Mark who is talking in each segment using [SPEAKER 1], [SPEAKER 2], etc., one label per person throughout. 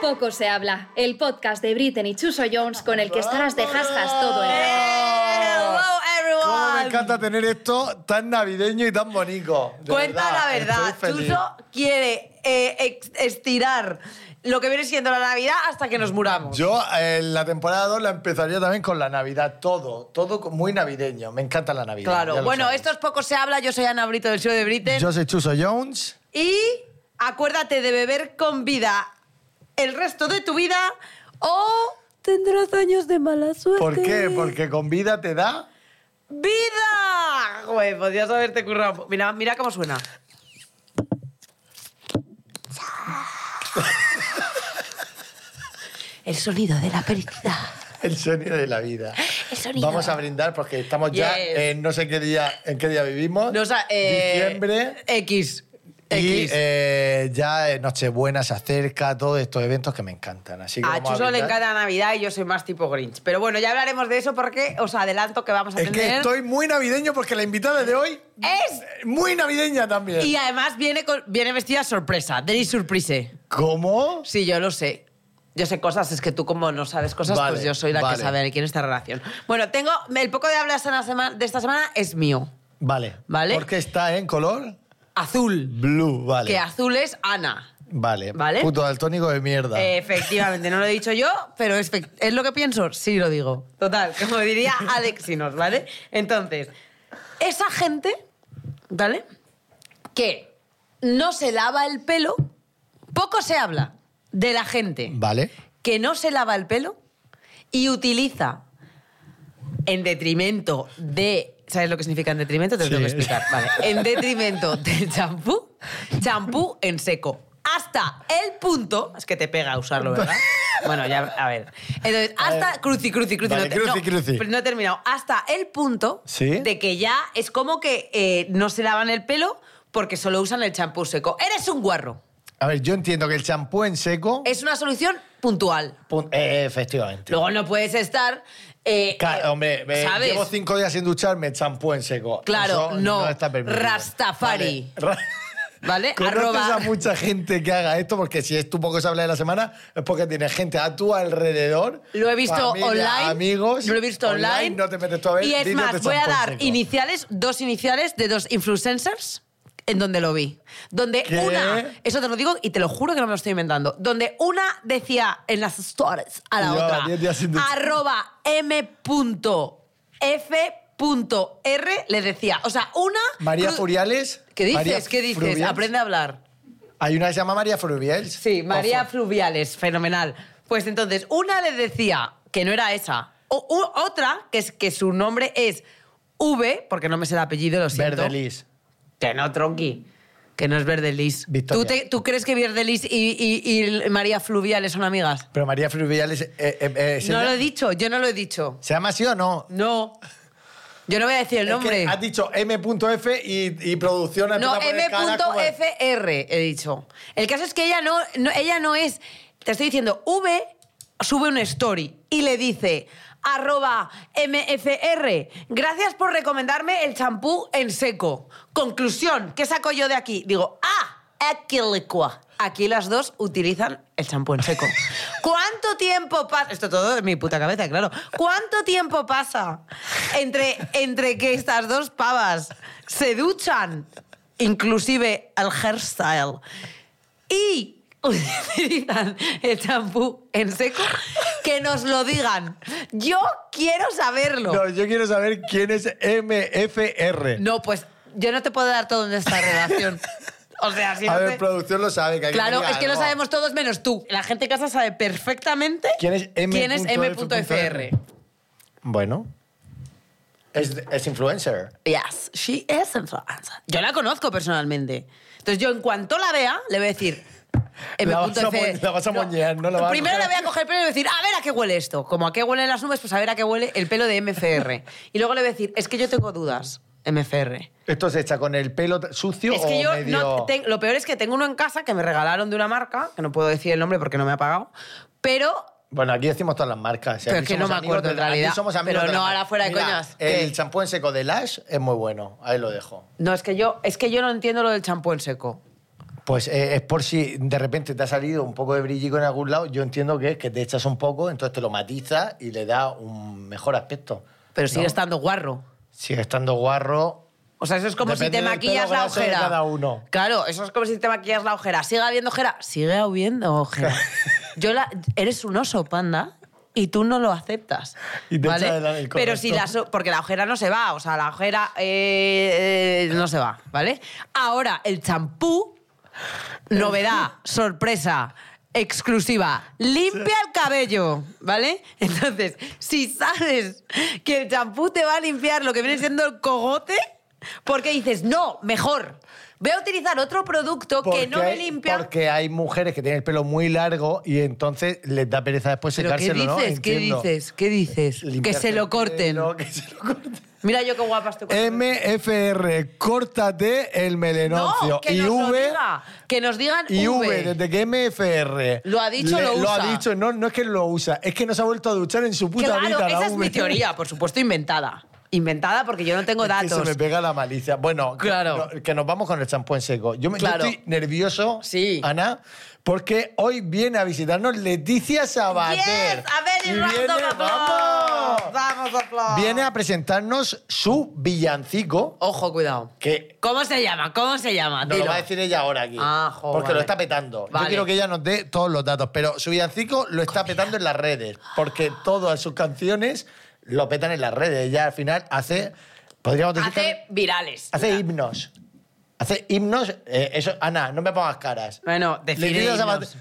[SPEAKER 1] Poco se habla, el podcast de Britney y Chuso Jones con el que estarás de jasjas todo el
[SPEAKER 2] Hello,
[SPEAKER 3] Cómo me
[SPEAKER 2] everyone.
[SPEAKER 3] encanta tener esto tan navideño y tan bonito. De
[SPEAKER 2] Cuenta la verdad.
[SPEAKER 3] estoy feliz.
[SPEAKER 2] Chuso quiere eh, ex- estirar lo que viene siendo la Navidad hasta que nos muramos.
[SPEAKER 3] Yo eh, la temporada 2 la empezaría también con la Navidad, todo, todo con- muy navideño. Me encanta la Navidad. ya
[SPEAKER 2] claro.
[SPEAKER 3] lo
[SPEAKER 2] Bueno,
[SPEAKER 3] sabes.
[SPEAKER 2] esto es poco se habla. Yo soy Ana Brito del show de Britain.
[SPEAKER 3] Yo soy Chuso Jones.
[SPEAKER 2] Y acuérdate de beber con vida el resto de tu vida o
[SPEAKER 4] Tendrás años de mala suerte.
[SPEAKER 3] ¿Por qué? Porque con vida te da.
[SPEAKER 2] vida. Joder, podrías haberte currado. Mira, mira cómo suena. El sonido de la felicidad.
[SPEAKER 3] El sonido de la vida. Vamos a brindar porque estamos ya
[SPEAKER 2] Yes.
[SPEAKER 3] en no sé qué día, en qué día vivimos.
[SPEAKER 2] No, o sea, eh,
[SPEAKER 3] Diciembre.
[SPEAKER 2] X.
[SPEAKER 3] Y
[SPEAKER 2] X.
[SPEAKER 3] eh, ya eh, Nochebuena se acerca, todos estos eventos que me encantan. Así que
[SPEAKER 2] a
[SPEAKER 3] vamos
[SPEAKER 2] Chuso le
[SPEAKER 3] brindar.
[SPEAKER 2] encanta la Navidad y yo soy más tipo Grinch. Pero bueno, ya hablaremos de eso porque os adelanto que vamos a
[SPEAKER 3] Es
[SPEAKER 2] tener...
[SPEAKER 3] que estoy muy navideño porque la invitada de hoy
[SPEAKER 2] Es-
[SPEAKER 3] muy navideña también.
[SPEAKER 2] Y además viene, con- viene vestida sorpresa. There is surprise.
[SPEAKER 3] ¿Cómo?
[SPEAKER 2] Sí, yo lo sé. Yo sé cosas, es que tú como no sabes cosas,
[SPEAKER 3] Vale,
[SPEAKER 2] pues yo soy la
[SPEAKER 3] vale.
[SPEAKER 2] que sabe aquí en esta relación. Bueno, tengo... El poco de habla esta sema- de esta semana es mío.
[SPEAKER 3] Vale.
[SPEAKER 2] Vale.
[SPEAKER 3] Porque está en color
[SPEAKER 2] Azul.
[SPEAKER 3] blue, vale.
[SPEAKER 2] Que azul es Ana.
[SPEAKER 3] Vale.
[SPEAKER 2] Vale. Eh,
[SPEAKER 3] Puto daltónico de mierda.
[SPEAKER 2] Efectivamente, no lo he dicho yo, pero es, fe- ¿es lo que pienso, sí lo digo. Total, como diría Alexinos, ¿vale? Entonces, esa gente, ¿vale? Que no se lava el pelo, poco se habla de la gente
[SPEAKER 3] Vale.
[SPEAKER 2] que no se lava el pelo y utiliza en detrimento de... ¿Sabes lo que significa en detrimento? Te lo
[SPEAKER 3] Sí.
[SPEAKER 2] tengo que explicar. Vale. En detrimento del champú, champú en seco. Hasta el punto... Es que te pega usarlo, ¿verdad? Bueno, ya, a ver. Entonces, hasta... Cruci, cruci, cruci.
[SPEAKER 3] Vale,
[SPEAKER 2] no, te- no,
[SPEAKER 3] cruci, cruci.
[SPEAKER 2] pero no he terminado. Hasta el punto
[SPEAKER 3] Sí.
[SPEAKER 2] de que ya es como que eh, no se lavan el pelo porque solo usan el champú seco. Eres un guarro.
[SPEAKER 3] A ver, yo entiendo que el champú en seco.
[SPEAKER 2] Es una solución puntual.
[SPEAKER 3] Pun- eh, efectivamente.
[SPEAKER 2] Luego no puedes estar. eh,
[SPEAKER 3] Ca-
[SPEAKER 2] eh,
[SPEAKER 3] hombre, eh,
[SPEAKER 2] ¿sabes?
[SPEAKER 3] llevo cinco días sin ducharme, champú en seco.
[SPEAKER 2] Claro,
[SPEAKER 3] Eso
[SPEAKER 2] no.
[SPEAKER 3] está permitido.
[SPEAKER 2] Rastafari.
[SPEAKER 3] Vale. Ra-
[SPEAKER 2] ¿Vale?
[SPEAKER 3] Conoces
[SPEAKER 2] Arroba-
[SPEAKER 3] a mucha gente que haga esto, porque si es tu poco se habla de la semana, es porque tienes gente a tu alrededor.
[SPEAKER 2] Lo he visto
[SPEAKER 3] familia,
[SPEAKER 2] online.
[SPEAKER 3] Amigos.
[SPEAKER 2] Lo he visto online.
[SPEAKER 3] No te metes tú a ver.
[SPEAKER 2] Y es
[SPEAKER 3] vídeos de
[SPEAKER 2] más, voy a
[SPEAKER 3] champú en
[SPEAKER 2] dar
[SPEAKER 3] seco.
[SPEAKER 2] iniciales, dos iniciales de dos influencers en donde lo vi. Donde
[SPEAKER 3] ¿Qué?
[SPEAKER 2] una, eso te lo digo y te lo juro que no me lo estoy inventando. Donde una decía en las stories a la
[SPEAKER 3] Llevaba
[SPEAKER 2] otra,
[SPEAKER 3] 10 días sin duchar.
[SPEAKER 2] arroba m.f.r le decía. O sea, una.
[SPEAKER 3] María
[SPEAKER 2] cru-
[SPEAKER 3] Furiales.
[SPEAKER 2] ¿Qué
[SPEAKER 3] María
[SPEAKER 2] dices? ¿Qué dices?
[SPEAKER 3] Frubiels.
[SPEAKER 2] Aprende a hablar.
[SPEAKER 3] Hay una que se llama María Frubiels.
[SPEAKER 2] Sí, María
[SPEAKER 3] Ojo.
[SPEAKER 2] Fluviales, fenomenal. Pues entonces, una le decía que no era esa. O, u- otra, que, es, que su nombre es V, porque no me sé el apellido, lo siento.
[SPEAKER 3] Verdelis.
[SPEAKER 2] Que no, tronqui. Que no es Verdelis.
[SPEAKER 3] Victoria.
[SPEAKER 2] ¿Tú, te- tú crees que Verdelis y, y- y María Fluviales son amigas?
[SPEAKER 3] Pero María Frubiales. eh, eh, eh, ¿se,
[SPEAKER 2] No lo
[SPEAKER 3] llama-
[SPEAKER 2] he dicho, yo no lo he dicho.
[SPEAKER 3] ¿Se llama así o no?
[SPEAKER 2] No. Yo no voy a decir el
[SPEAKER 3] Es que
[SPEAKER 2] nombre.
[SPEAKER 3] has dicho M.F y, y producción ha
[SPEAKER 2] No,
[SPEAKER 3] empezado a poner caras como-
[SPEAKER 2] M.FR, he dicho. El caso es que ella no, no- ella no es. Te estoy diciendo, V sube una story y le dice arroba MFR, gracias por recomendarme el champú en seco. Conclusión, ¿qué saco yo de aquí? Digo, ah, aquí licua. Aquí las dos utilizan el champú en seco. ¿Cuánto tiempo pasa? Esto todo en mi puta cabeza, claro. ¿Cuánto tiempo pasa entre, entre que estas dos pavas se duchan inclusive el hairstyle. Y utilizan el champú en seco, que nos lo digan. Yo quiero saberlo.
[SPEAKER 3] No,
[SPEAKER 2] No,
[SPEAKER 3] yo quiero saber quién es MFR.
[SPEAKER 2] pues yo no te puedo dar todo en esta relación. O sea, si
[SPEAKER 3] a
[SPEAKER 2] no
[SPEAKER 3] ver,
[SPEAKER 2] te-
[SPEAKER 3] producción lo sabe. Que alguien
[SPEAKER 2] Claro,
[SPEAKER 3] diga
[SPEAKER 2] es que lo
[SPEAKER 3] algo.
[SPEAKER 2] sabemos todos menos tú. La gente en casa sabe perfectamente
[SPEAKER 3] ¿Quién es M.F.R.?
[SPEAKER 2] quién es M.F.R.
[SPEAKER 3] Bueno. Es, es influencer.
[SPEAKER 2] Yes, she is influencer. Yo la conozco personalmente. Entonces yo en cuanto la vea, le voy a decir...
[SPEAKER 3] La vas a
[SPEAKER 2] M.F..
[SPEAKER 3] mo- la vas a moñear, ¿no? La vas a
[SPEAKER 2] primero
[SPEAKER 3] coger.
[SPEAKER 2] le voy a coger el pelo y le voy a decir, a ver a qué huele esto. Como a qué huelen las nubes, pues a ver a qué huele el pelo de MFR. Y luego le voy a decir, es que yo tengo dudas, MFR.
[SPEAKER 3] Esto se echa con el pelo t- sucio
[SPEAKER 2] Es
[SPEAKER 3] o
[SPEAKER 2] que yo
[SPEAKER 3] medio...
[SPEAKER 2] no, te- lo peor es que tengo uno en casa que me regalaron de una marca, que no puedo decir el nombre porque no me ha pagado, pero
[SPEAKER 3] Bueno, aquí decimos todas las marcas.
[SPEAKER 2] Pero
[SPEAKER 3] Aquí
[SPEAKER 2] es que
[SPEAKER 3] somos
[SPEAKER 2] no me
[SPEAKER 3] amigos
[SPEAKER 2] acuerdo,
[SPEAKER 3] de-
[SPEAKER 2] en realidad.
[SPEAKER 3] aquí somos amigos
[SPEAKER 2] Pero
[SPEAKER 3] de las
[SPEAKER 2] no,
[SPEAKER 3] marcas.
[SPEAKER 2] ahora fuera de
[SPEAKER 3] Mira,
[SPEAKER 2] coñas.
[SPEAKER 3] El
[SPEAKER 2] ¿Qué?
[SPEAKER 3] champú en seco de Lash es muy bueno. Ahí lo dejo.
[SPEAKER 2] no es que yo es que yo no entiendo lo del champú en seco.
[SPEAKER 3] Pues eh, es por si de repente te ha salido un poco de brillico en algún lado, yo entiendo que es que te echas un poco, entonces te lo matizas y le da un mejor aspecto.
[SPEAKER 2] Pero sigue
[SPEAKER 3] No.
[SPEAKER 2] estando guarro.
[SPEAKER 3] Sigue estando guarro.
[SPEAKER 2] O sea, eso es como
[SPEAKER 3] Depende
[SPEAKER 2] si te
[SPEAKER 3] del
[SPEAKER 2] maquillas
[SPEAKER 3] pelo
[SPEAKER 2] la
[SPEAKER 3] graso de
[SPEAKER 2] ojera.
[SPEAKER 3] cada uno.
[SPEAKER 2] Claro, eso es como si te maquillas la ojera. ¿Sigue habiendo ojera? Sigue habiendo ojera. Yo la, eres un oso, panda. Y tú no lo aceptas.
[SPEAKER 3] Y te
[SPEAKER 2] ¿vale?
[SPEAKER 3] echa de la del
[SPEAKER 2] Pero si
[SPEAKER 3] corrector.
[SPEAKER 2] la so- Porque la ojera no se va. O sea, la ojera eh, eh, no se va, ¿vale? Ahora, el champú, novedad, sorpresa, exclusiva. Limpia el cabello, ¿vale? Entonces, si sabes que el champú te va a limpiar lo que viene siendo el cogote, ¿por qué dices, no, mejor? Voy a utilizar otro producto que no me
[SPEAKER 3] hay-
[SPEAKER 2] limpia.
[SPEAKER 3] Porque hay mujeres que tienen el pelo muy largo y entonces les da pereza después
[SPEAKER 2] ¿Pero qué
[SPEAKER 3] secárselo,
[SPEAKER 2] dices?
[SPEAKER 3] ¿no?
[SPEAKER 2] ¿Qué
[SPEAKER 3] Entiendo.
[SPEAKER 2] dices? ¿Qué dices? Que
[SPEAKER 3] Limpiarse
[SPEAKER 2] se lo
[SPEAKER 3] el
[SPEAKER 2] corten.
[SPEAKER 3] pelo, que Eh, se lo corten.
[SPEAKER 2] Mira yo qué guapa estoy. con-
[SPEAKER 3] MFR, córtate el
[SPEAKER 2] no,
[SPEAKER 3] melenoncio.
[SPEAKER 2] que
[SPEAKER 3] y
[SPEAKER 2] nos lo
[SPEAKER 3] V,
[SPEAKER 2] diga. Que nos digan
[SPEAKER 3] y
[SPEAKER 2] V.
[SPEAKER 3] V, desde que MFR.
[SPEAKER 2] Lo ha dicho, lo usa.
[SPEAKER 3] ha dicho, no, no es que lo usa, es que no se ha vuelto a duchar en su puta
[SPEAKER 2] Claro,
[SPEAKER 3] vida. la
[SPEAKER 2] esa es
[SPEAKER 3] V.
[SPEAKER 2] mi teoría, por supuesto inventada. Inventada porque yo no tengo
[SPEAKER 3] Es que
[SPEAKER 2] datos.
[SPEAKER 3] se me pega la malicia. Bueno, que-
[SPEAKER 2] Claro.
[SPEAKER 3] no, que nos vamos con el champú en seco. Yo, me, yo
[SPEAKER 2] Claro.
[SPEAKER 3] estoy nervioso,
[SPEAKER 2] Sí.
[SPEAKER 3] Ana, porque hoy viene a visitarnos Leticia Sabater.
[SPEAKER 2] Yes, a ver,
[SPEAKER 3] Y
[SPEAKER 2] el
[SPEAKER 3] viene-
[SPEAKER 2] random
[SPEAKER 3] ¡vamos!
[SPEAKER 2] aplauso. Vamos, aplauso.
[SPEAKER 3] Viene a presentarnos su villancico,
[SPEAKER 2] Ojo, cuidado.
[SPEAKER 3] que
[SPEAKER 2] ¿Cómo se llama? ¿Cómo se llama?
[SPEAKER 3] nos lo
[SPEAKER 2] Dilo.
[SPEAKER 3] va a decir ella ahora aquí.
[SPEAKER 2] Ah, jo,
[SPEAKER 3] porque
[SPEAKER 2] vale.
[SPEAKER 3] lo está petando. Yo
[SPEAKER 2] Vale.
[SPEAKER 3] quiero que ella nos dé todos los datos, pero su villancico lo está petando en las redes, porque todas sus canciones lo petan en las redes. Ella al final hace, podríamos decir que-
[SPEAKER 2] Hace virales.
[SPEAKER 3] Hace himnos. Hace himnos. eh, eso, Ana, no me pongas caras.
[SPEAKER 2] Bueno, define
[SPEAKER 3] Leticia
[SPEAKER 2] himnos.
[SPEAKER 3] Sabater-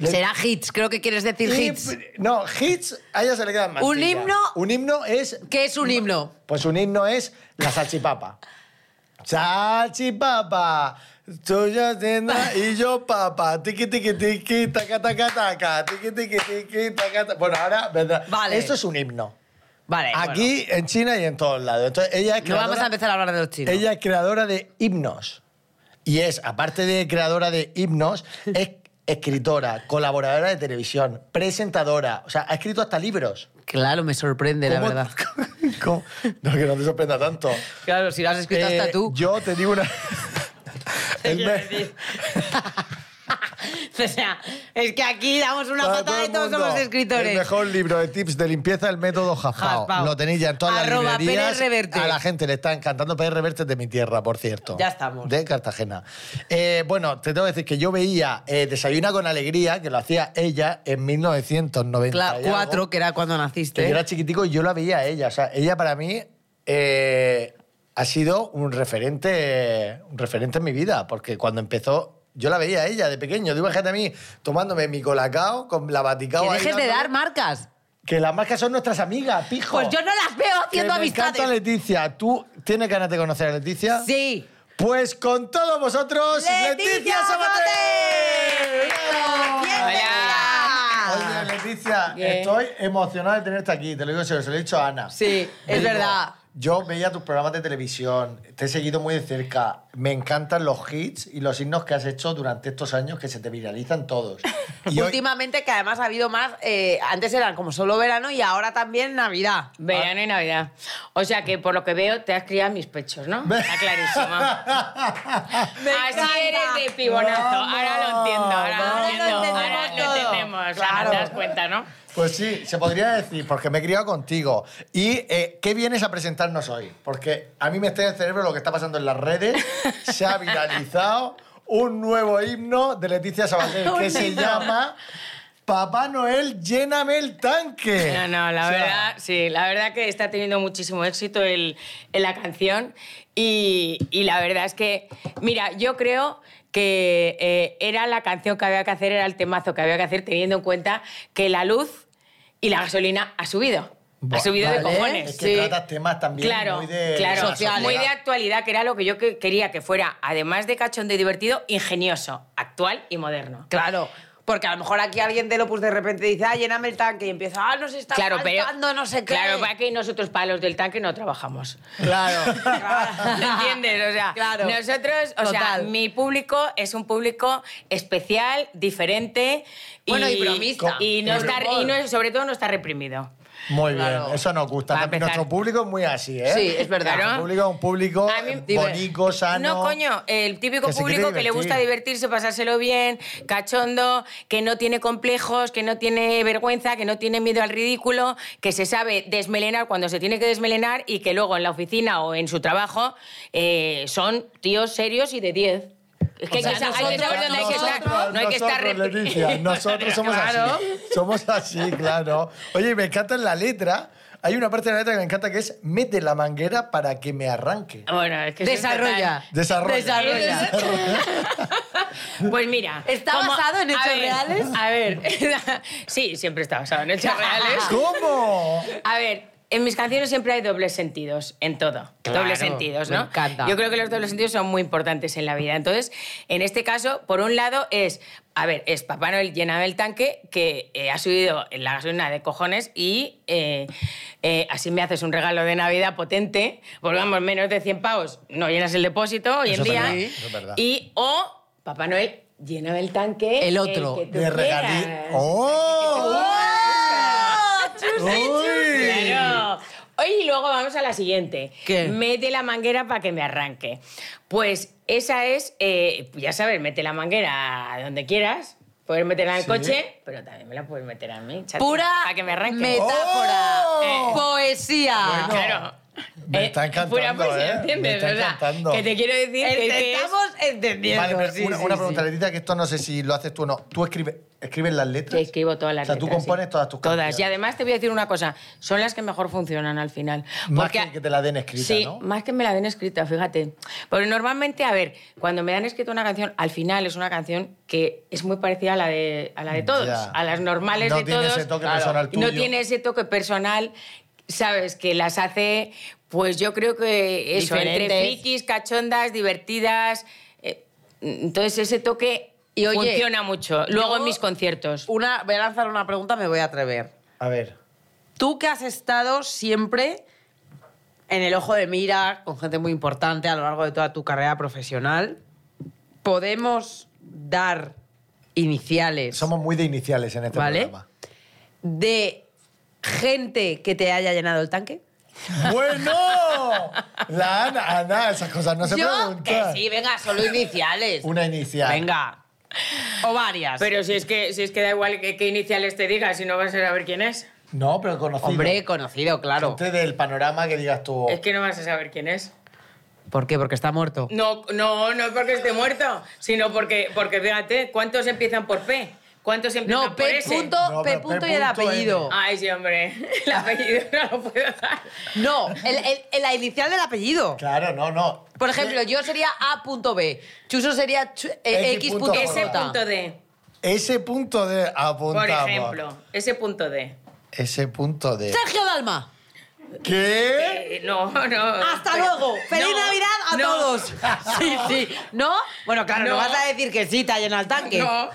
[SPEAKER 3] Le-
[SPEAKER 2] Será hits, creo que quieres decir
[SPEAKER 3] Hip-
[SPEAKER 2] hits.
[SPEAKER 3] No, hits, a ella se le quedan más.
[SPEAKER 2] Un himno-
[SPEAKER 3] Un himno es.
[SPEAKER 2] ¿Qué es un himno?
[SPEAKER 3] Pues un himno es la salchipapa. Salchipapa. Tú ya tendrás y yo papa. Tiki tiki tiki, taca taca taca. Tiki tiki tiki, taca taca. Bueno, ahora vendrá.
[SPEAKER 2] Vale.
[SPEAKER 3] Esto es un himno.
[SPEAKER 2] Vale. bueno.
[SPEAKER 3] Aquí, en China y en todos lados. Entonces, ella es
[SPEAKER 2] no vamos
[SPEAKER 3] creadora-
[SPEAKER 2] a empezar a hablar de los chinos.
[SPEAKER 3] Ella es creadora de himnos. Y es, aparte de creadora de himnos, es escritora, colaboradora de televisión, presentadora. O sea, ha escrito hasta libros.
[SPEAKER 2] Claro, me sorprende, la
[SPEAKER 3] ¿Cómo-
[SPEAKER 2] verdad.
[SPEAKER 3] cómo- No, que no te sorprenda tanto.
[SPEAKER 2] Claro, si lo has escrito
[SPEAKER 3] Eh,
[SPEAKER 2] hasta tú.
[SPEAKER 3] Yo te digo una...
[SPEAKER 2] ¿Qué
[SPEAKER 3] El
[SPEAKER 2] quiero
[SPEAKER 3] me-
[SPEAKER 2] decir? o sea, es que aquí damos una
[SPEAKER 3] para
[SPEAKER 2] patada
[SPEAKER 3] todo
[SPEAKER 2] y
[SPEAKER 3] el
[SPEAKER 2] todos
[SPEAKER 3] mundo,
[SPEAKER 2] somos escritores.
[SPEAKER 3] El mejor libro de tips de limpieza, el método Jajao.
[SPEAKER 2] Jaspao.
[SPEAKER 3] Lo tenéis ya en todas
[SPEAKER 2] Arroba
[SPEAKER 3] las librerías.
[SPEAKER 2] Pérez Reverte.
[SPEAKER 3] A la gente le está encantando. Pérez Reverte es de mi tierra, por cierto.
[SPEAKER 2] Ya estamos.
[SPEAKER 3] De Cartagena. Eh, bueno, te tengo que decir que yo veía eh, Desayuna con Alegría, que lo hacía ella en 1990.
[SPEAKER 2] Cla-
[SPEAKER 3] y algo,
[SPEAKER 2] cuatro, que era cuando
[SPEAKER 3] que
[SPEAKER 2] naciste.
[SPEAKER 3] yo era chiquitico y yo la veía a ella. O sea, ella para mí... eh, ha sido un referente, un referente en mi vida, porque cuando empezó yo la veía a ella de pequeño. Tú imagínate a mí tomándome mi colacao con la Vaticao.
[SPEAKER 2] que
[SPEAKER 3] ahí
[SPEAKER 2] dejes de
[SPEAKER 3] dándole.
[SPEAKER 2] dar marcas.
[SPEAKER 3] Que las marcas son nuestras amigas, pijo.
[SPEAKER 2] Pues yo no las veo
[SPEAKER 3] Que
[SPEAKER 2] haciendo
[SPEAKER 3] me encanta
[SPEAKER 2] amistades.
[SPEAKER 3] Leticia. ¿Tú tienes ganas de conocer a Leticia?
[SPEAKER 2] Sí.
[SPEAKER 3] Pues con todos vosotros, Leticia, Sabater.
[SPEAKER 2] Eso. ¿Quién te dirá?
[SPEAKER 3] Oye, Leticia,
[SPEAKER 2] Bien.
[SPEAKER 3] estoy emocionado de tenerte aquí. Te lo digo en serio, se lo he dicho a Ana.
[SPEAKER 2] Sí,
[SPEAKER 3] Te
[SPEAKER 2] es
[SPEAKER 3] digo,
[SPEAKER 2] verdad.
[SPEAKER 3] Yo veía tus programas de televisión, te he seguido muy de cerca. Me encantan los hits y los himnos que has hecho durante estos años que se te viralizan todos. Y hoy-
[SPEAKER 2] Últimamente, que además ha habido más. eh, antes eran como solo verano y ahora también Navidad.
[SPEAKER 5] Verano y Navidad. O sea que por lo que veo te has criado en mis pechos, ¿no? Está clarísimo. Así
[SPEAKER 2] encanta.
[SPEAKER 5] eres de pibonazo. ahora lo entiendo, ahora
[SPEAKER 2] Vamos,
[SPEAKER 5] lo entiendo.
[SPEAKER 2] vamos.
[SPEAKER 5] Ahora lo entendemos.
[SPEAKER 2] Claro.
[SPEAKER 5] Ahora te das cuenta, ¿no?
[SPEAKER 3] Pues sí, se podría decir, porque me he criado contigo. ¿Y eh, qué vienes a presentarnos hoy? Porque a mí me está en el cerebro lo que está pasando en las redes. Se ha viralizado un nuevo himno de Leticia Sabater
[SPEAKER 2] Un
[SPEAKER 3] que se
[SPEAKER 2] himno.
[SPEAKER 3] llama Papá Noel, lléname el tanque.
[SPEAKER 5] No, no, la
[SPEAKER 3] O sea,
[SPEAKER 5] verdad, sí, la verdad que está teniendo muchísimo éxito el, en la canción y, y la verdad es que, mira, yo creo que eh, era la canción que había que hacer, era el temazo que había que hacer teniendo en cuenta que la luz y la gasolina ha subido.
[SPEAKER 3] Buah,
[SPEAKER 5] ha subido de
[SPEAKER 3] vale.
[SPEAKER 5] cojones.
[SPEAKER 3] Es que tratas temas también
[SPEAKER 5] claro,
[SPEAKER 3] muy de
[SPEAKER 5] claro,
[SPEAKER 3] sociales.
[SPEAKER 5] muy de actualidad, que era lo que yo que- quería que fuera, además de cachón de divertido, ingenioso, actual y moderno.
[SPEAKER 2] Claro. Porque a lo mejor aquí alguien del Opus de repente dice, ah, lléname el tanque y empieza, ah, nos está
[SPEAKER 5] Claro, pero.
[SPEAKER 2] faltando no sé qué.
[SPEAKER 5] Claro, para que nosotros para los del tanque no trabajamos.
[SPEAKER 2] Claro.
[SPEAKER 5] ¿Me entiendes? O sea,
[SPEAKER 2] Claro.
[SPEAKER 5] nosotros, o sea,
[SPEAKER 2] Total.
[SPEAKER 5] mi público es un público especial, diferente.
[SPEAKER 2] Bueno, y bromista.
[SPEAKER 5] Y, no
[SPEAKER 3] Y
[SPEAKER 5] está,
[SPEAKER 3] bromor.
[SPEAKER 5] y no- sobre todo no está reprimido.
[SPEAKER 3] Muy
[SPEAKER 2] Claro.
[SPEAKER 3] bien, eso nos gusta.
[SPEAKER 5] Para empezar.
[SPEAKER 3] Nuestro público es muy así, ¿eh?
[SPEAKER 2] Sí, es verdad.
[SPEAKER 3] Nuestro público es un público
[SPEAKER 5] A mí-
[SPEAKER 3] bonito, sano.
[SPEAKER 5] No, coño, el típico
[SPEAKER 3] que se quiere
[SPEAKER 5] público que le gusta divertirse, pasárselo bien, cachondo, que no tiene complejos, que no tiene vergüenza, que no tiene miedo al ridículo, que se sabe desmelenar cuando se tiene que desmelenar y que luego en la oficina o en su trabajo eh, son tíos serios y de 10. Es que hay
[SPEAKER 3] O sea,
[SPEAKER 5] que sa- hay que
[SPEAKER 3] nosotros-
[SPEAKER 5] saber dónde hay que estar.
[SPEAKER 3] nosotros-
[SPEAKER 5] No hay que estar.
[SPEAKER 3] nosotros,
[SPEAKER 5] repli-
[SPEAKER 3] Leticia, nosotros somos
[SPEAKER 5] Claro.
[SPEAKER 3] así. Somos así, claro. Oye, y me encanta en la letra. Hay una parte de la letra que me encanta que es mete la manguera para que me arranque.
[SPEAKER 5] Bueno, es que eso es
[SPEAKER 2] Desarrolla.
[SPEAKER 5] fatal.
[SPEAKER 3] Desarrolla.
[SPEAKER 2] Desarrolla.
[SPEAKER 5] Pues mira.
[SPEAKER 2] ¿Está basado en
[SPEAKER 5] a
[SPEAKER 2] hechos
[SPEAKER 5] ver,
[SPEAKER 2] reales?
[SPEAKER 5] A ver. sí, siempre está basado en hechos reales.
[SPEAKER 3] ¿Cómo?
[SPEAKER 5] A ver, en mis canciones siempre hay dobles sentidos, en todo.
[SPEAKER 2] Claro,
[SPEAKER 5] dobles sentidos,
[SPEAKER 2] me
[SPEAKER 5] ¿no?
[SPEAKER 2] encanta.
[SPEAKER 5] Yo creo que los dobles sentidos son muy importantes en la vida. Entonces, en este caso, por un lado es, a ver, es Papá Noel llenado el tanque que eh, ha subido en la gasolina de cojones y eh, eh, así me haces un regalo de Navidad potente, porque vamos, menos de 100 pavos, no llenas el depósito hoy
[SPEAKER 3] Eso
[SPEAKER 5] en
[SPEAKER 3] es
[SPEAKER 5] día.
[SPEAKER 3] verdad, eso es verdad.
[SPEAKER 5] Y o Papá Noel llena el tanque.
[SPEAKER 2] El otro.
[SPEAKER 5] que tú
[SPEAKER 3] De regalí.
[SPEAKER 5] quieras.
[SPEAKER 3] ¡Oh! ¡Uy!
[SPEAKER 5] Claro. Oye, y luego vamos a la siguiente.
[SPEAKER 2] ¿Qué?
[SPEAKER 5] Mete la manguera para que me arranque. Pues esa es, eh, ya sabes, mete la manguera a donde quieras. Puedes meterla en el
[SPEAKER 3] Sí.
[SPEAKER 5] coche, pero también me la puedes meter a mí. chatín,
[SPEAKER 2] Pura
[SPEAKER 5] Para que me arranque.
[SPEAKER 2] metáfora.
[SPEAKER 5] eh,
[SPEAKER 3] ¡Oh!
[SPEAKER 2] Poesía.
[SPEAKER 3] Bueno.
[SPEAKER 5] Claro.
[SPEAKER 3] Ah, Me está encantando,
[SPEAKER 5] Pura poesía,
[SPEAKER 3] ¿eh?
[SPEAKER 5] ¿entiendes?
[SPEAKER 3] Me está
[SPEAKER 5] O sea,
[SPEAKER 3] encantando.
[SPEAKER 5] que te quiero decir que,
[SPEAKER 2] Te
[SPEAKER 5] que es-
[SPEAKER 2] estamos entendiendo.
[SPEAKER 3] Vale, pero
[SPEAKER 2] sí,
[SPEAKER 3] una,
[SPEAKER 2] sí,
[SPEAKER 3] una
[SPEAKER 2] sí.
[SPEAKER 3] pregunta, Leticia, que esto no sé si lo haces tú o no. ¿Tú escribes, escribes las letras?
[SPEAKER 5] Yo escribo todas
[SPEAKER 3] O
[SPEAKER 5] las
[SPEAKER 3] sea, tú
[SPEAKER 5] letras,
[SPEAKER 3] compones
[SPEAKER 5] sí.
[SPEAKER 3] todas tus
[SPEAKER 5] Todas.
[SPEAKER 3] canciones.
[SPEAKER 5] Y además te voy a decir una cosa. Son las que mejor funcionan al final.
[SPEAKER 3] Más
[SPEAKER 5] Porque-
[SPEAKER 3] que que te la den escrita,
[SPEAKER 5] sí,
[SPEAKER 3] ¿no?
[SPEAKER 5] más que me la den escrita, fíjate. Porque normalmente, a ver, cuando me dan escrita una canción, al final es una canción que es muy parecida a la de, a la de todos.
[SPEAKER 3] Ya.
[SPEAKER 5] A las normales
[SPEAKER 3] No
[SPEAKER 5] de
[SPEAKER 3] tiene
[SPEAKER 5] todos.
[SPEAKER 3] ese toque personal
[SPEAKER 5] No
[SPEAKER 3] tuyo.
[SPEAKER 5] tiene ese toque personal, ¿sabes? Que las hace, pues yo creo que eso, entre
[SPEAKER 2] Diferentes.
[SPEAKER 5] frikis, cachondas, divertidas. eh, entonces ese toque...
[SPEAKER 2] Y oye,
[SPEAKER 5] funciona mucho. Luego en
[SPEAKER 2] yo-
[SPEAKER 5] mis conciertos.
[SPEAKER 2] Una- voy a lanzar una pregunta, me voy a atrever.
[SPEAKER 3] A ver.
[SPEAKER 2] Tú que has estado siempre en el ojo de mira con gente muy importante a lo largo de toda tu carrera profesional, podemos dar iniciales
[SPEAKER 3] Somos muy de iniciales en este
[SPEAKER 2] ¿Vale?
[SPEAKER 3] programa.
[SPEAKER 2] de gente que te haya llenado el tanque.
[SPEAKER 3] ¡Bueno! La Ana, Ana, esas cosas no se
[SPEAKER 5] eh,
[SPEAKER 3] preguntan.
[SPEAKER 2] venga, solo iniciales.
[SPEAKER 3] Una inicial.
[SPEAKER 2] Venga. O varias.
[SPEAKER 5] Pero si es que, si es que da igual qué, qué iniciales te digas, si no vas a saber quién es.
[SPEAKER 3] No, pero conocido.
[SPEAKER 2] Hombre, conocido, claro.
[SPEAKER 3] Gente del panorama que digas tú.
[SPEAKER 5] Es que no vas a saber quién es.
[SPEAKER 2] ¿Por qué? Porque está muerto.
[SPEAKER 5] No, no, no es porque esté muerto, sino porque, porque fíjate, ¿cuántos empiezan por P? ¿Cuántos empiezan
[SPEAKER 2] No,
[SPEAKER 5] por
[SPEAKER 2] P.
[SPEAKER 5] S?
[SPEAKER 2] Punto,
[SPEAKER 3] No,
[SPEAKER 2] P.
[SPEAKER 3] pero
[SPEAKER 2] Punto
[SPEAKER 3] P
[SPEAKER 2] y el
[SPEAKER 3] punto N.
[SPEAKER 2] apellido.
[SPEAKER 5] Ay, sí, hombre. El apellido no lo puedo dar.
[SPEAKER 2] No, el- el- el- la inicial del apellido.
[SPEAKER 3] Claro, no, no. Eh,
[SPEAKER 2] Por ejemplo, yo sería A.B. Chuso sería X.J.
[SPEAKER 3] X punto
[SPEAKER 5] Ese
[SPEAKER 3] J.
[SPEAKER 5] punto D,
[SPEAKER 3] Ese punto de apuntamos.
[SPEAKER 5] por ejemplo. Ese punto D.
[SPEAKER 3] Ese punto de...
[SPEAKER 2] Sergio Dalma.
[SPEAKER 3] ¿Qué?
[SPEAKER 5] Eh, no, no.
[SPEAKER 2] Hasta
[SPEAKER 5] Pero-
[SPEAKER 2] luego. Feliz
[SPEAKER 5] No,
[SPEAKER 2] Navidad a
[SPEAKER 5] no.
[SPEAKER 2] todos. Sí, sí. ¿No? Bueno, claro, no,
[SPEAKER 5] No.
[SPEAKER 2] vas a decir que sí, te ha llenado el tanque.
[SPEAKER 5] No,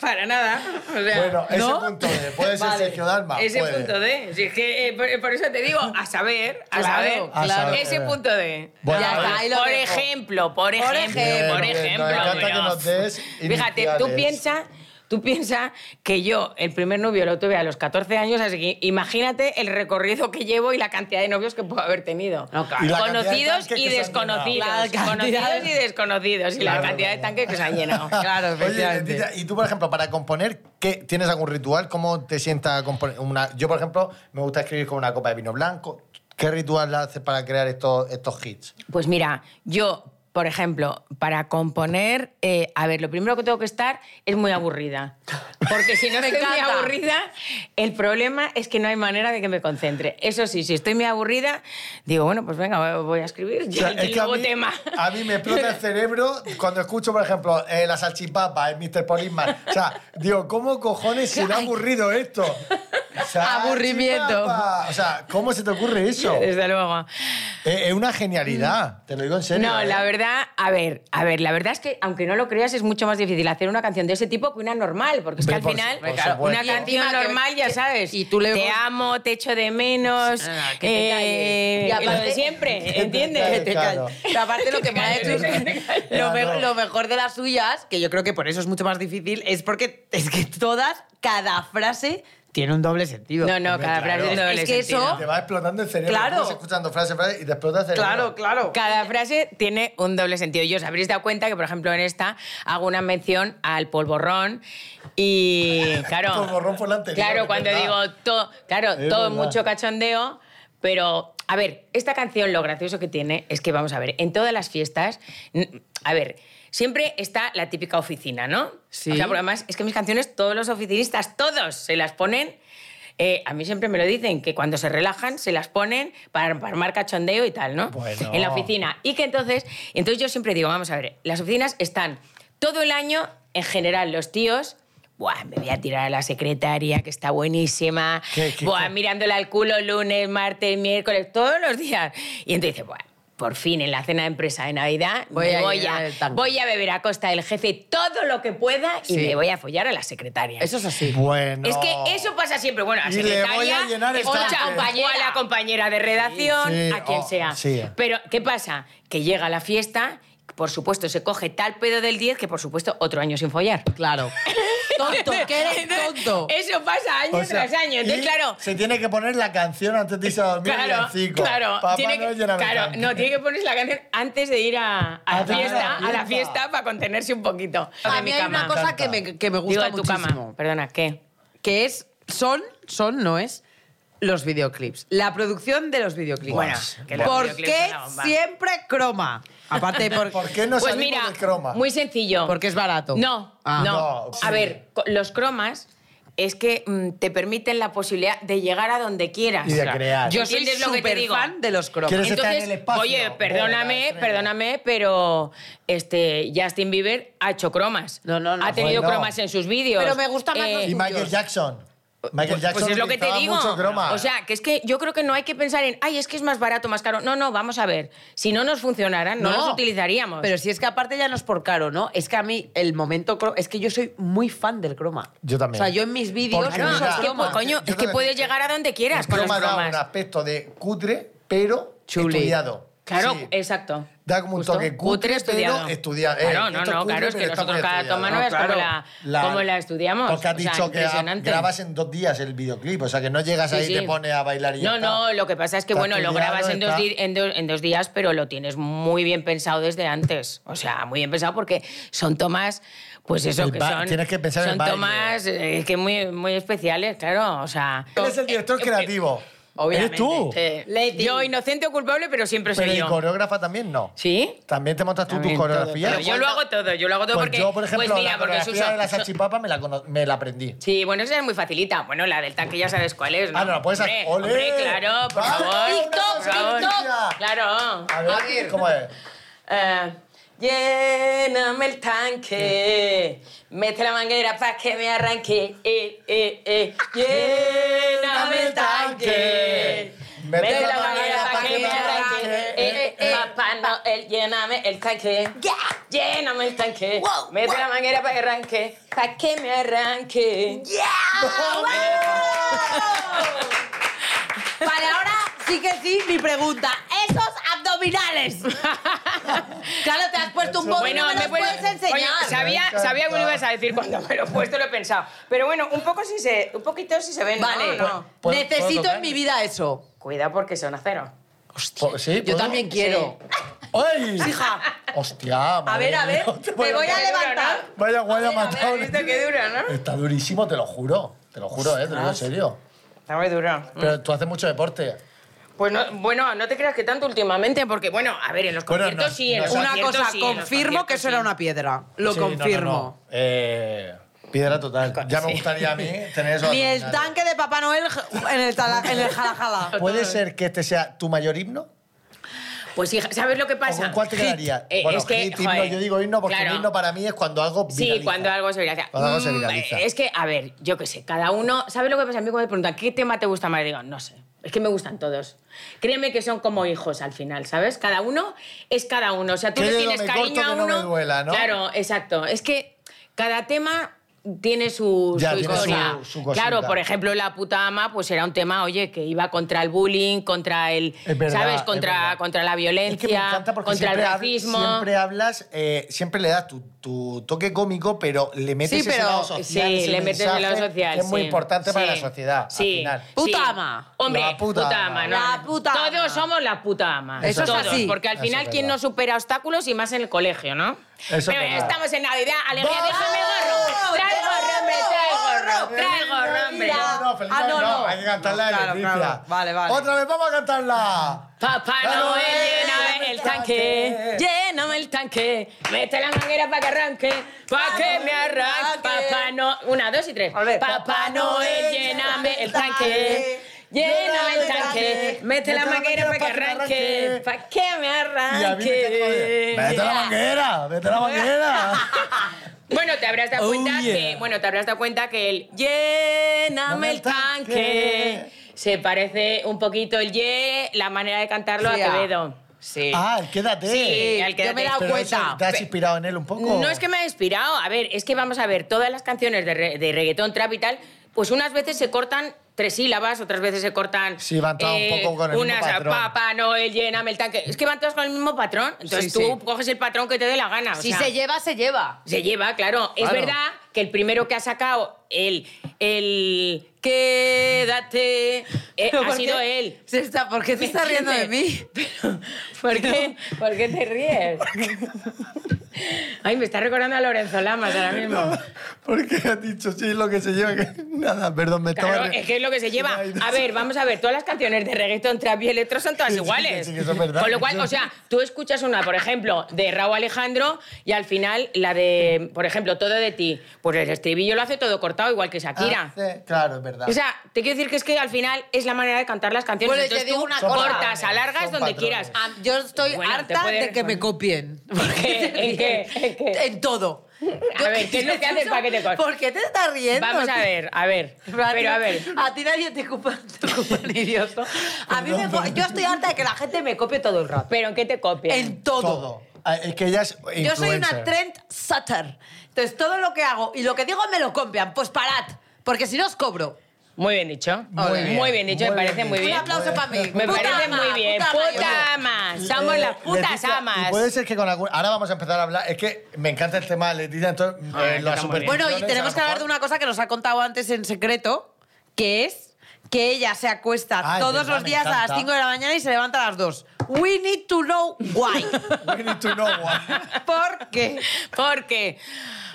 [SPEAKER 5] para nada. O sea,
[SPEAKER 3] Bueno, ese
[SPEAKER 2] ¿No?
[SPEAKER 3] punto de... Puede ser
[SPEAKER 2] Vale.
[SPEAKER 3] Sergio Dalma.
[SPEAKER 5] Ese
[SPEAKER 3] puede.
[SPEAKER 5] punto D. Si es que, eh, por, por eso te digo, a saber, a
[SPEAKER 2] Claro,
[SPEAKER 5] saber.
[SPEAKER 3] A saber.
[SPEAKER 5] Ese punto D.
[SPEAKER 3] Bueno,
[SPEAKER 2] Ya
[SPEAKER 3] a
[SPEAKER 2] está,
[SPEAKER 3] ver.
[SPEAKER 2] ahí lo
[SPEAKER 5] por
[SPEAKER 2] dejo.
[SPEAKER 5] ejemplo, por
[SPEAKER 2] Por
[SPEAKER 5] ejemplo,
[SPEAKER 2] ejemplo.
[SPEAKER 5] por
[SPEAKER 3] Bien, bien,
[SPEAKER 5] ejemplo.
[SPEAKER 3] nos encanta
[SPEAKER 5] pero-
[SPEAKER 3] que nos des
[SPEAKER 5] Fíjate, tú
[SPEAKER 3] iniciales.
[SPEAKER 5] piensas, tú piensa que yo el primer novio lo tuve a los 14 años, así que imagínate el recorrido que llevo y la cantidad de novios que puedo haber tenido.
[SPEAKER 2] No, claro.
[SPEAKER 3] Y la cantidad de
[SPEAKER 5] Conocidos
[SPEAKER 3] tanques
[SPEAKER 5] y
[SPEAKER 3] que se han
[SPEAKER 5] desconocidos.
[SPEAKER 2] llenado. La cantidad-
[SPEAKER 5] Conocidos y desconocidos. Y la
[SPEAKER 3] Claro,
[SPEAKER 5] cantidad de
[SPEAKER 3] claro.
[SPEAKER 5] tanques que se han llenado.
[SPEAKER 2] Claro,
[SPEAKER 3] Oye,
[SPEAKER 2] efectivamente.
[SPEAKER 3] Leticia, y tú, por ejemplo, para componer, ¿qué, ¿tienes algún ritual? ¿Cómo te sientas a componer? Una, yo, por ejemplo, me gusta escribir con una copa de vino blanco. ¿Qué ritual haces para crear estos, estos hits?
[SPEAKER 5] Pues mira, yo, por ejemplo, para componer, eh, a ver, lo primero que tengo que estar es muy aburrida. Porque si no
[SPEAKER 2] Me
[SPEAKER 5] estoy muy
[SPEAKER 2] encanta.
[SPEAKER 5] aburrida, el problema es que no hay manera de que me concentre. Eso sí, si estoy muy aburrida, digo, bueno, pues venga, voy a escribir
[SPEAKER 3] O sea,
[SPEAKER 5] ya, y
[SPEAKER 3] que a mí,
[SPEAKER 5] luego tema.
[SPEAKER 3] a mí me explota el cerebro cuando escucho, por ejemplo, eh, la salchipapa, el Mr. Polisman. O sea, digo, ¿cómo cojones será aburrido esto? Salchipapa.
[SPEAKER 2] Aburrimiento.
[SPEAKER 3] O sea, ¿cómo se te ocurre eso? Eh,
[SPEAKER 5] Desde luego.
[SPEAKER 3] Es una genialidad, te lo digo en serio.
[SPEAKER 5] No,
[SPEAKER 3] ¿eh?
[SPEAKER 5] la verdad, a ver, a ver, la verdad es que aunque no lo creas es mucho más difícil hacer una canción de ese tipo que una normal, porque es que
[SPEAKER 3] Pero
[SPEAKER 5] al
[SPEAKER 3] por-
[SPEAKER 5] final
[SPEAKER 3] por
[SPEAKER 5] claro,
[SPEAKER 3] supuesto.
[SPEAKER 5] una canción
[SPEAKER 2] Y encima que-
[SPEAKER 5] normal ya
[SPEAKER 2] que-
[SPEAKER 5] sabes,
[SPEAKER 2] y tú le-
[SPEAKER 5] te amo, te echo de menos,
[SPEAKER 2] Ah, que te
[SPEAKER 5] eh,
[SPEAKER 2] calles. Y
[SPEAKER 5] lo de
[SPEAKER 2] aparte-
[SPEAKER 5] siempre,
[SPEAKER 3] te
[SPEAKER 5] ¿entiendes?
[SPEAKER 3] calles.
[SPEAKER 2] Te
[SPEAKER 3] Claro.
[SPEAKER 2] calles. Pero aparte lo que me ha hecho es que
[SPEAKER 3] Claro.
[SPEAKER 2] lo, me- lo mejor de las suyas, que yo creo que por eso es mucho más difícil, es porque es que todas, cada frase tiene un doble sentido.
[SPEAKER 5] No, no,
[SPEAKER 3] Hombre,
[SPEAKER 5] cada
[SPEAKER 3] claro.
[SPEAKER 5] frase tiene doble
[SPEAKER 2] Es que
[SPEAKER 5] sentido.
[SPEAKER 2] eso-
[SPEAKER 3] Te va explotando el cerebro.
[SPEAKER 2] Claro.
[SPEAKER 3] Vas escuchando frase, frase y te explota el cerebro.
[SPEAKER 2] Claro, claro.
[SPEAKER 5] Cada frase tiene un doble sentido. Y os habréis dado cuenta que, por ejemplo, en esta hago una mención al polvorrón y, claro...
[SPEAKER 3] Polvorrón fue la anterior,
[SPEAKER 5] Claro,
[SPEAKER 3] es
[SPEAKER 5] cuando
[SPEAKER 3] verdad.
[SPEAKER 5] digo todo... Claro,
[SPEAKER 3] Es
[SPEAKER 5] todo
[SPEAKER 3] verdad.
[SPEAKER 5] mucho cachondeo, pero... A ver, esta canción lo gracioso que tiene es que, vamos a ver, en todas las fiestas... n- A ver, siempre está la típica oficina, ¿no?
[SPEAKER 2] Sí.
[SPEAKER 5] O sea, porque además es que mis canciones, todos los oficinistas, todos se las ponen... Eh, a mí siempre me lo dicen, que cuando se relajan se las ponen para, para armar cachondeo y tal, ¿no?
[SPEAKER 3] Bueno.
[SPEAKER 5] En la oficina. Y que entonces, entonces yo siempre digo, vamos a ver, las oficinas están todo el año, en general los tíos, Buah, me voy a tirar a la secretaria, que está buenísima.
[SPEAKER 3] ¿Qué, qué,
[SPEAKER 5] Buah,
[SPEAKER 3] qué?
[SPEAKER 5] mirándola al culo lunes, martes, miércoles, todos los días. Y entonces dice, Buah, por fin en la cena de empresa de Navidad
[SPEAKER 2] Voy
[SPEAKER 5] me
[SPEAKER 2] a
[SPEAKER 5] voy,
[SPEAKER 2] llenar
[SPEAKER 5] a,
[SPEAKER 2] el tanque.
[SPEAKER 5] voy a beber a costa del jefe todo lo que pueda y
[SPEAKER 2] Sí.
[SPEAKER 5] me voy a follar a la secretaria.
[SPEAKER 2] Eso es así.
[SPEAKER 3] Bueno.
[SPEAKER 5] Es que eso pasa siempre. Bueno, a
[SPEAKER 3] Y le
[SPEAKER 5] secretaria,
[SPEAKER 3] voy a llenar
[SPEAKER 5] o,
[SPEAKER 3] esta
[SPEAKER 5] la compañera,
[SPEAKER 2] parte.
[SPEAKER 5] o a la compañera de redacción,
[SPEAKER 3] Sí, sí,
[SPEAKER 5] a quien
[SPEAKER 3] oh,
[SPEAKER 5] sea.
[SPEAKER 3] sí.
[SPEAKER 5] Pero, ¿qué pasa? Que llega la fiesta, por supuesto, se coge tal pedo del 10 que, por supuesto, otro año sin follar.
[SPEAKER 2] Claro. Tonto, que eres tonto.
[SPEAKER 5] Eso pasa año
[SPEAKER 3] O sea,
[SPEAKER 5] tras año. Entonces,
[SPEAKER 3] y
[SPEAKER 5] claro...
[SPEAKER 3] Se tiene que poner la canción antes de irse a dormir.
[SPEAKER 5] Claro,
[SPEAKER 3] villancico.
[SPEAKER 5] claro,
[SPEAKER 3] Papá
[SPEAKER 5] tiene que,
[SPEAKER 3] Noel llena de
[SPEAKER 5] claro,
[SPEAKER 3] tanque.
[SPEAKER 5] no, tiene que ponerse la canción antes de ir a, a la
[SPEAKER 3] Antes de ir a la
[SPEAKER 5] fiesta, a la
[SPEAKER 3] fiesta.
[SPEAKER 5] fiesta para contenerse un poquito.
[SPEAKER 2] A
[SPEAKER 5] De
[SPEAKER 2] mí
[SPEAKER 5] mi
[SPEAKER 2] hay una
[SPEAKER 5] cama.
[SPEAKER 2] cosa que me, que me
[SPEAKER 5] Digo,
[SPEAKER 2] gusta
[SPEAKER 5] de tu
[SPEAKER 2] muchísimo.
[SPEAKER 5] cama. Perdona, ¿qué?
[SPEAKER 2] que es son son no es los videoclips la producción de los videoclips
[SPEAKER 5] Bueno, que los
[SPEAKER 2] ¿por
[SPEAKER 5] videoclips
[SPEAKER 2] qué
[SPEAKER 5] son la bomba.
[SPEAKER 2] siempre croma aparte de por-
[SPEAKER 3] ¿Por qué no
[SPEAKER 5] Pues
[SPEAKER 3] salimos
[SPEAKER 5] mira,
[SPEAKER 3] de croma?
[SPEAKER 5] muy sencillo.
[SPEAKER 2] porque es barato
[SPEAKER 5] No,
[SPEAKER 2] Ah.
[SPEAKER 5] no.
[SPEAKER 3] No,
[SPEAKER 5] A
[SPEAKER 3] sí.
[SPEAKER 5] ver, co- los cromas es que mm, te permiten la posibilidad de llegar a donde quieras.
[SPEAKER 3] Y de crear.
[SPEAKER 2] yo soy
[SPEAKER 5] ¿Entiendes lo que te
[SPEAKER 2] súper
[SPEAKER 5] digo?
[SPEAKER 2] fan de los cromas
[SPEAKER 3] ¿Quieres
[SPEAKER 5] Entonces,
[SPEAKER 3] estar en el espacio?
[SPEAKER 5] Oye,
[SPEAKER 3] Vuela,
[SPEAKER 5] perdóname,
[SPEAKER 3] estrella.
[SPEAKER 5] perdóname, pero este Justin Bieber ha hecho cromas.
[SPEAKER 2] No, no, no.
[SPEAKER 5] Ha tenido
[SPEAKER 3] Bueno.
[SPEAKER 5] cromas en sus vídeos. Eh,
[SPEAKER 2] Pero me gusta más los
[SPEAKER 3] Y Michael
[SPEAKER 2] Dios.
[SPEAKER 3] Jackson. Michael Jackson
[SPEAKER 5] Pues es lo que te
[SPEAKER 3] utilizaba
[SPEAKER 5] digo.
[SPEAKER 3] mucho croma.
[SPEAKER 5] O sea, que es que yo creo que no hay que pensar en, ay, es que es más barato, más caro. No, no, vamos a ver. Si no nos funcionaran, no, los utilizaríamos.
[SPEAKER 2] pero si es que aparte ya no es por caro no es que a mí el momento cro- es que yo soy muy fan del croma
[SPEAKER 3] Yo también.
[SPEAKER 2] o sea yo en mis vídeos
[SPEAKER 3] Porque
[SPEAKER 2] uso
[SPEAKER 5] Claro,
[SPEAKER 3] mira,
[SPEAKER 5] es que,
[SPEAKER 2] croma.
[SPEAKER 5] pues, coño,
[SPEAKER 3] Yo
[SPEAKER 5] es que
[SPEAKER 3] también-
[SPEAKER 5] puedes llegar a donde quieras con
[SPEAKER 3] el
[SPEAKER 5] los
[SPEAKER 3] croma da
[SPEAKER 5] cromas.
[SPEAKER 3] un aspecto de cutre, pero
[SPEAKER 2] Chuli.
[SPEAKER 3] estudiado.
[SPEAKER 5] Claro,
[SPEAKER 3] Sí.
[SPEAKER 5] exacto.
[SPEAKER 3] Da como un
[SPEAKER 5] Justo.
[SPEAKER 3] toque cutre, pero estudiado. Eh,
[SPEAKER 5] Claro, no,
[SPEAKER 3] esto es
[SPEAKER 5] no,
[SPEAKER 3] cutre,
[SPEAKER 5] claro, es que
[SPEAKER 3] pero está
[SPEAKER 5] nosotros
[SPEAKER 3] muy
[SPEAKER 5] cada
[SPEAKER 3] estudiado.
[SPEAKER 5] toma no
[SPEAKER 3] No,
[SPEAKER 5] ves cómo, la, cómo la estudiamos.
[SPEAKER 3] Porque has
[SPEAKER 5] O sea,
[SPEAKER 3] dicho que ah,
[SPEAKER 5] impresionante.
[SPEAKER 3] grabas en dos días el videoclip, o sea que no llegas
[SPEAKER 5] Sí,
[SPEAKER 3] ahí y te
[SPEAKER 5] sí.
[SPEAKER 3] pones a bailar y ya
[SPEAKER 5] No,
[SPEAKER 3] está.
[SPEAKER 5] no, lo que pasa es que,
[SPEAKER 3] Está
[SPEAKER 5] bueno, lo
[SPEAKER 3] estudiado,
[SPEAKER 5] grabas en dos,
[SPEAKER 3] está-
[SPEAKER 5] di- en, dos, en dos días, pero lo tienes muy bien pensado desde antes. O sea, muy bien pensado porque son tomas, pues eso,
[SPEAKER 3] El
[SPEAKER 5] que
[SPEAKER 3] ba-
[SPEAKER 5] son...
[SPEAKER 3] tienes que pensar en
[SPEAKER 5] Son
[SPEAKER 3] el baile.
[SPEAKER 5] tomas eh, que muy, muy especiales, claro, o sea...
[SPEAKER 3] Él es el director
[SPEAKER 5] eh, eh,
[SPEAKER 3] creativo.
[SPEAKER 2] obviamente.
[SPEAKER 3] Eres tú.
[SPEAKER 5] eh, yo inocente o culpable, pero siempre soy
[SPEAKER 3] pero el
[SPEAKER 5] yo.
[SPEAKER 3] coreógrafa también no.
[SPEAKER 5] ¿Sí?
[SPEAKER 3] También te montas tú tus
[SPEAKER 5] También todo,
[SPEAKER 3] coreografías.
[SPEAKER 5] todo. Yo lo hago todo, yo lo hago todo
[SPEAKER 3] Pues
[SPEAKER 5] porque.
[SPEAKER 3] yo, por ejemplo,
[SPEAKER 5] pues mira,
[SPEAKER 3] la
[SPEAKER 5] porque
[SPEAKER 3] coreografía
[SPEAKER 5] Suso-
[SPEAKER 3] de la
[SPEAKER 5] Suso-
[SPEAKER 3] salchipapa me la, cono- me la aprendí.
[SPEAKER 5] Sí, bueno, esa es muy facilita. Bueno, la del tanque ya sabes cuál es. ¿no?
[SPEAKER 3] Ah, no, la puedes
[SPEAKER 5] Hombre,
[SPEAKER 3] hacer. ¡Olé!
[SPEAKER 5] hombre, claro, por
[SPEAKER 3] ¡Vamos,
[SPEAKER 5] favor.
[SPEAKER 3] una
[SPEAKER 5] por favor.
[SPEAKER 3] salchicha!
[SPEAKER 5] Claro.
[SPEAKER 3] A ver, ¿cómo es?
[SPEAKER 5] Eh, lléname el tanque, mete la manguera para que me arranque. Eh, eh, eh. Lléname el tanque. Mete la manguera para que me arranque. Eh, eh, eh. Papá Noel, lléname el tanque. Lléname el tanque. Mete la manguera para que arranque. Para que me arranque.
[SPEAKER 2] Vale, ahora sí que sí, mi pregunta. Esos abdominales. claro, te has puesto un poco
[SPEAKER 5] Bueno,
[SPEAKER 2] no me
[SPEAKER 5] me
[SPEAKER 2] los
[SPEAKER 5] puedo-
[SPEAKER 2] puedes enseñar.
[SPEAKER 5] Oye, sabía,
[SPEAKER 3] Me
[SPEAKER 5] sabía que me lo ibas
[SPEAKER 3] encanta.
[SPEAKER 5] a decir cuando me lo he puesto, lo he pensado. Pero bueno, un poco sí se, un poquito sí se ven. ¿no?
[SPEAKER 2] vale,
[SPEAKER 5] No.
[SPEAKER 3] ¿Puedo- puedo
[SPEAKER 2] necesito
[SPEAKER 3] tocar?
[SPEAKER 2] en mi vida eso.
[SPEAKER 5] Cuidado porque son acero.
[SPEAKER 3] Po- Pues ¿sí?
[SPEAKER 2] Yo
[SPEAKER 3] ¿puedo?
[SPEAKER 2] también quiero.
[SPEAKER 3] ¡Ay!
[SPEAKER 2] Hija.
[SPEAKER 3] ¡Hostia,
[SPEAKER 2] A
[SPEAKER 3] madre
[SPEAKER 2] ver, a ver,
[SPEAKER 3] mía!
[SPEAKER 2] me voy a
[SPEAKER 5] Qué duro,
[SPEAKER 2] levantar.
[SPEAKER 3] Vaya guaya matado.
[SPEAKER 5] ¿Has visto qué duro, no?
[SPEAKER 3] Está durísimo, te lo juro. Te lo juro, eh, te lo digo en serio.
[SPEAKER 5] Está muy duro.
[SPEAKER 3] Pero tú haces mucho deporte.
[SPEAKER 5] Pues no, bueno, no te creas que tanto últimamente, porque bueno, a ver, en los
[SPEAKER 3] Bueno,
[SPEAKER 5] conciertos
[SPEAKER 3] no,
[SPEAKER 5] sí, en
[SPEAKER 3] no
[SPEAKER 5] los
[SPEAKER 3] sé.
[SPEAKER 2] Una
[SPEAKER 5] conciertos
[SPEAKER 2] cosa,
[SPEAKER 5] sí, en los
[SPEAKER 2] confirmo que
[SPEAKER 5] conciertos
[SPEAKER 2] eso era
[SPEAKER 5] sí.
[SPEAKER 2] una piedra. Lo
[SPEAKER 3] Sí, no, no,
[SPEAKER 2] confirmo.
[SPEAKER 3] no. Eh, piedra total. Ya me gustaría a mí tener eso.
[SPEAKER 2] Ni el
[SPEAKER 3] abdominal.
[SPEAKER 2] tanque de Papá Noel en el, tala- en el jalajala.
[SPEAKER 3] ¿Puede ser que este sea tu mayor himno?
[SPEAKER 5] Pues hija, ¿sabes lo que
[SPEAKER 3] ¿O
[SPEAKER 5] pasa?
[SPEAKER 3] con cuál te quedaría?
[SPEAKER 5] Eh,
[SPEAKER 3] bueno,
[SPEAKER 5] es que,
[SPEAKER 3] hit, himno,
[SPEAKER 5] joder,
[SPEAKER 3] yo digo himno porque
[SPEAKER 5] claro.
[SPEAKER 3] el himno para mí es cuando algo viraliza.
[SPEAKER 5] Sí, cuando algo se viraliza.
[SPEAKER 3] Cuando algo se
[SPEAKER 5] Mm,
[SPEAKER 3] viraliza.
[SPEAKER 5] eh, Es que, a ver, yo qué sé, cada uno. ¿Sabes lo que pasa? A mí cuando me preguntan, ¿qué tema te gusta más? Digo, no sé. Es que me gustan todos. Créeme que son como hijos al final, ¿sabes? Cada uno es cada uno. O sea, tú
[SPEAKER 3] Que
[SPEAKER 5] le
[SPEAKER 3] yo
[SPEAKER 5] tienes
[SPEAKER 3] me
[SPEAKER 5] cariño
[SPEAKER 3] corto
[SPEAKER 5] a
[SPEAKER 3] que no
[SPEAKER 5] uno.
[SPEAKER 3] me duela, ¿no?
[SPEAKER 5] Claro, exacto. Es que cada tema tiene su,
[SPEAKER 3] Ya,
[SPEAKER 5] su
[SPEAKER 3] tiene su-
[SPEAKER 5] historia.
[SPEAKER 3] su cosita.
[SPEAKER 5] claro, por ejemplo, La puta ama, pues era un tema, oye, que iba contra el bullying, contra el,
[SPEAKER 3] Es verdad,
[SPEAKER 5] ¿sabes?
[SPEAKER 3] es
[SPEAKER 5] Contra,
[SPEAKER 3] verdad.
[SPEAKER 5] contra la
[SPEAKER 3] Es que me
[SPEAKER 5] violencia,
[SPEAKER 3] encanta porque
[SPEAKER 5] contra el
[SPEAKER 3] siempre, hab-
[SPEAKER 5] racismo.
[SPEAKER 3] siempre hablas, eh, siempre le das tu, tu toque cómico, pero le metes
[SPEAKER 2] Sí, pero-
[SPEAKER 3] ese lado social.
[SPEAKER 5] Sí,
[SPEAKER 3] ese
[SPEAKER 5] le metes
[SPEAKER 3] mensaje
[SPEAKER 5] el lado social.
[SPEAKER 3] que es muy
[SPEAKER 5] sí.
[SPEAKER 3] importante para la
[SPEAKER 5] Sí.
[SPEAKER 3] sociedad. al
[SPEAKER 5] Sí.
[SPEAKER 3] final.
[SPEAKER 2] Puta
[SPEAKER 5] Sí.
[SPEAKER 2] ama.
[SPEAKER 5] Hombre,
[SPEAKER 3] La puta
[SPEAKER 5] puta,
[SPEAKER 3] ama.
[SPEAKER 5] ama. no,
[SPEAKER 2] La
[SPEAKER 5] no.
[SPEAKER 2] puta ama.
[SPEAKER 5] Todos somos la puta ama.
[SPEAKER 3] Eso es
[SPEAKER 5] Todos,
[SPEAKER 2] así.
[SPEAKER 5] Porque al
[SPEAKER 3] Eso
[SPEAKER 5] final,
[SPEAKER 3] es
[SPEAKER 5] ¿quién
[SPEAKER 3] verdad.
[SPEAKER 5] no supera obstáculos y más en el colegio, no?
[SPEAKER 3] es
[SPEAKER 5] Pero ya
[SPEAKER 3] verdad.
[SPEAKER 5] estamos en Navidad. Alegría,
[SPEAKER 3] ¡Vamos!
[SPEAKER 5] déjame gorro. Trae gorro, hombre, trae gorro. Trae gorro, hombre.
[SPEAKER 3] No, no, feliz
[SPEAKER 2] Ah,
[SPEAKER 3] no,
[SPEAKER 2] no, no.
[SPEAKER 3] Hay que cantarla
[SPEAKER 2] No,
[SPEAKER 3] de
[SPEAKER 2] claro,
[SPEAKER 3] Leticia.
[SPEAKER 2] claro. Vale, vale.
[SPEAKER 3] Otra vez vamos a cantarla.
[SPEAKER 5] Papá
[SPEAKER 3] Claro,
[SPEAKER 5] Noel,
[SPEAKER 3] eh,
[SPEAKER 5] lléname el tanque, lléname el tanque, mete la manguera para que arranque, para que me arranque. Papá Noel, una, dos y tres.
[SPEAKER 2] A ver.
[SPEAKER 5] Papá Noel, lléname el tanque, lléname el tanque, mete la manguera para que arranque, para que me
[SPEAKER 3] Y a mí me tengo de-
[SPEAKER 5] arranque.
[SPEAKER 3] Vete a la manguera, vete a la manguera.
[SPEAKER 5] Bueno, te habrás dado
[SPEAKER 3] Oh,
[SPEAKER 5] cuenta
[SPEAKER 3] yeah.
[SPEAKER 5] que, bueno, te habrás dado cuenta que el lléname el tanque se parece un poquito el ye, la manera de cantarlo
[SPEAKER 2] Sí,
[SPEAKER 5] a
[SPEAKER 2] ah.
[SPEAKER 5] Quevedo.
[SPEAKER 2] Sí.
[SPEAKER 3] Ah, el quédate.
[SPEAKER 5] Sí, al
[SPEAKER 2] yo me he
[SPEAKER 5] quédate.
[SPEAKER 2] dado
[SPEAKER 3] Pero eso,
[SPEAKER 2] cuenta.
[SPEAKER 3] ¿Te has
[SPEAKER 5] Pe-
[SPEAKER 3] inspirado en él un poco?
[SPEAKER 5] No es que me haya inspirado. A ver, es que vamos a ver, todas las canciones de, re- de reggaetón, trap y tal, pues unas veces se cortan tres sílabas, otras veces se cortan. eh,
[SPEAKER 3] Sí, van todas un poco con el mismo
[SPEAKER 5] unas,
[SPEAKER 3] patrón.
[SPEAKER 5] Papá Noel, lléname el tanque. Es que van todas con el mismo patrón. Entonces
[SPEAKER 2] Sí,
[SPEAKER 5] tú
[SPEAKER 2] sí.
[SPEAKER 5] coges el patrón que te dé la gana. o
[SPEAKER 2] Si
[SPEAKER 5] sea,
[SPEAKER 2] se lleva, se lleva.
[SPEAKER 5] se lleva, claro. Es
[SPEAKER 3] Claro.
[SPEAKER 5] verdad que el primero que ha sacado el. el Quédate. eh,
[SPEAKER 2] Pero
[SPEAKER 5] ha
[SPEAKER 2] ¿por qué
[SPEAKER 5] sido él.
[SPEAKER 2] Se está, ¿Por qué te
[SPEAKER 5] ¿Me
[SPEAKER 2] estás riendo de mí?
[SPEAKER 5] entiendes? ¿Por qué, ¿Por qué te ríes? Ay, me está recordando a Lorenzo Lamas ahora mismo.
[SPEAKER 3] Porque has dicho, sí, lo que se lleva. que- Nada, perdón, me estaba...
[SPEAKER 5] Claro, es que es lo que se lleva.
[SPEAKER 3] Ay, no
[SPEAKER 5] A
[SPEAKER 3] sé.
[SPEAKER 5] ver, vamos a ver, todas las canciones de reggaetón, trap y electro son todas
[SPEAKER 3] Sí, sí,
[SPEAKER 5] iguales.
[SPEAKER 3] sí, que eso es verdad.
[SPEAKER 5] Con lo cual, o sea, tú escuchas una, por ejemplo, de Raúl Alejandro y al final la de, por ejemplo, Todo de ti, pues el estribillo lo hace todo cortado, igual que Shakira.
[SPEAKER 3] Hace- Ah, Claro, es verdad.
[SPEAKER 5] O sea, te quiero decir que es que al final es la manera de cantar las canciones.
[SPEAKER 2] Bueno, y Pues te
[SPEAKER 5] Entonces
[SPEAKER 2] digo una
[SPEAKER 5] tú
[SPEAKER 3] Son cosa.
[SPEAKER 5] cortas, alargas
[SPEAKER 3] son
[SPEAKER 5] donde
[SPEAKER 3] patrones.
[SPEAKER 5] quieras.
[SPEAKER 2] Ah, Yo estoy
[SPEAKER 5] Bueno, te
[SPEAKER 2] harta
[SPEAKER 5] puedes
[SPEAKER 2] de que me
[SPEAKER 5] responder.
[SPEAKER 2] copien. ¿Por
[SPEAKER 5] qué?
[SPEAKER 2] te
[SPEAKER 5] ¿En qué?
[SPEAKER 2] ríes?
[SPEAKER 5] ¿En qué?
[SPEAKER 2] En todo.
[SPEAKER 5] A ver, ¿qué es lo que haces para que te copien?
[SPEAKER 2] ¿Por qué te estás riendo?
[SPEAKER 5] Vamos a ver, a ver.
[SPEAKER 2] Pero a, ti,
[SPEAKER 5] Pero a ver.
[SPEAKER 2] a ti nadie te ocupa, te ocupa ni Dios. A mí me,
[SPEAKER 3] Perdón, perdón.
[SPEAKER 2] yo estoy harta de que la gente me copie todo el rato.
[SPEAKER 5] ¿Pero en qué te copias?
[SPEAKER 2] En todo.
[SPEAKER 3] Todo. Ah, Es que ella es
[SPEAKER 2] Yo soy una
[SPEAKER 3] influencer.
[SPEAKER 2] trend sutter. Entonces, todo lo que hago y lo que digo me lo copian. Pues parad, porque si no os cobro.
[SPEAKER 5] Muy bien dicho.
[SPEAKER 3] Muy bien.
[SPEAKER 5] dicho, me
[SPEAKER 3] Muy
[SPEAKER 5] parece
[SPEAKER 3] bien pues.
[SPEAKER 5] muy
[SPEAKER 3] dicho.
[SPEAKER 5] bien.
[SPEAKER 2] Un aplauso para mí.
[SPEAKER 5] Me
[SPEAKER 2] Puta
[SPEAKER 5] parece
[SPEAKER 2] ama,
[SPEAKER 5] muy bien.
[SPEAKER 2] puta ama, yo digo.
[SPEAKER 5] Puta ama. Somos
[SPEAKER 3] Eh,
[SPEAKER 5] las putas
[SPEAKER 3] Leticia,
[SPEAKER 5] amas.
[SPEAKER 3] y puede ser que con algún... Ahora vamos a empezar a hablar. Es que me encanta el tema de Leticia, entonces...
[SPEAKER 5] Ah,
[SPEAKER 3] eh, las
[SPEAKER 5] está muy bien.
[SPEAKER 2] Bueno, y
[SPEAKER 3] supersticiones,
[SPEAKER 2] tenemos
[SPEAKER 3] a
[SPEAKER 2] que
[SPEAKER 3] lo
[SPEAKER 2] hablar de
[SPEAKER 3] mejor-
[SPEAKER 2] una cosa que nos ha contado antes en secreto, que es que ella se acuesta
[SPEAKER 3] Ah, es
[SPEAKER 2] todos
[SPEAKER 3] verdad,
[SPEAKER 2] los
[SPEAKER 3] me
[SPEAKER 2] días a las
[SPEAKER 3] encanta.
[SPEAKER 2] 5 de la mañana y se levanta a las 2. We need to know why.
[SPEAKER 3] We need to know why.
[SPEAKER 2] ¿Por qué?
[SPEAKER 5] ¿Por qué?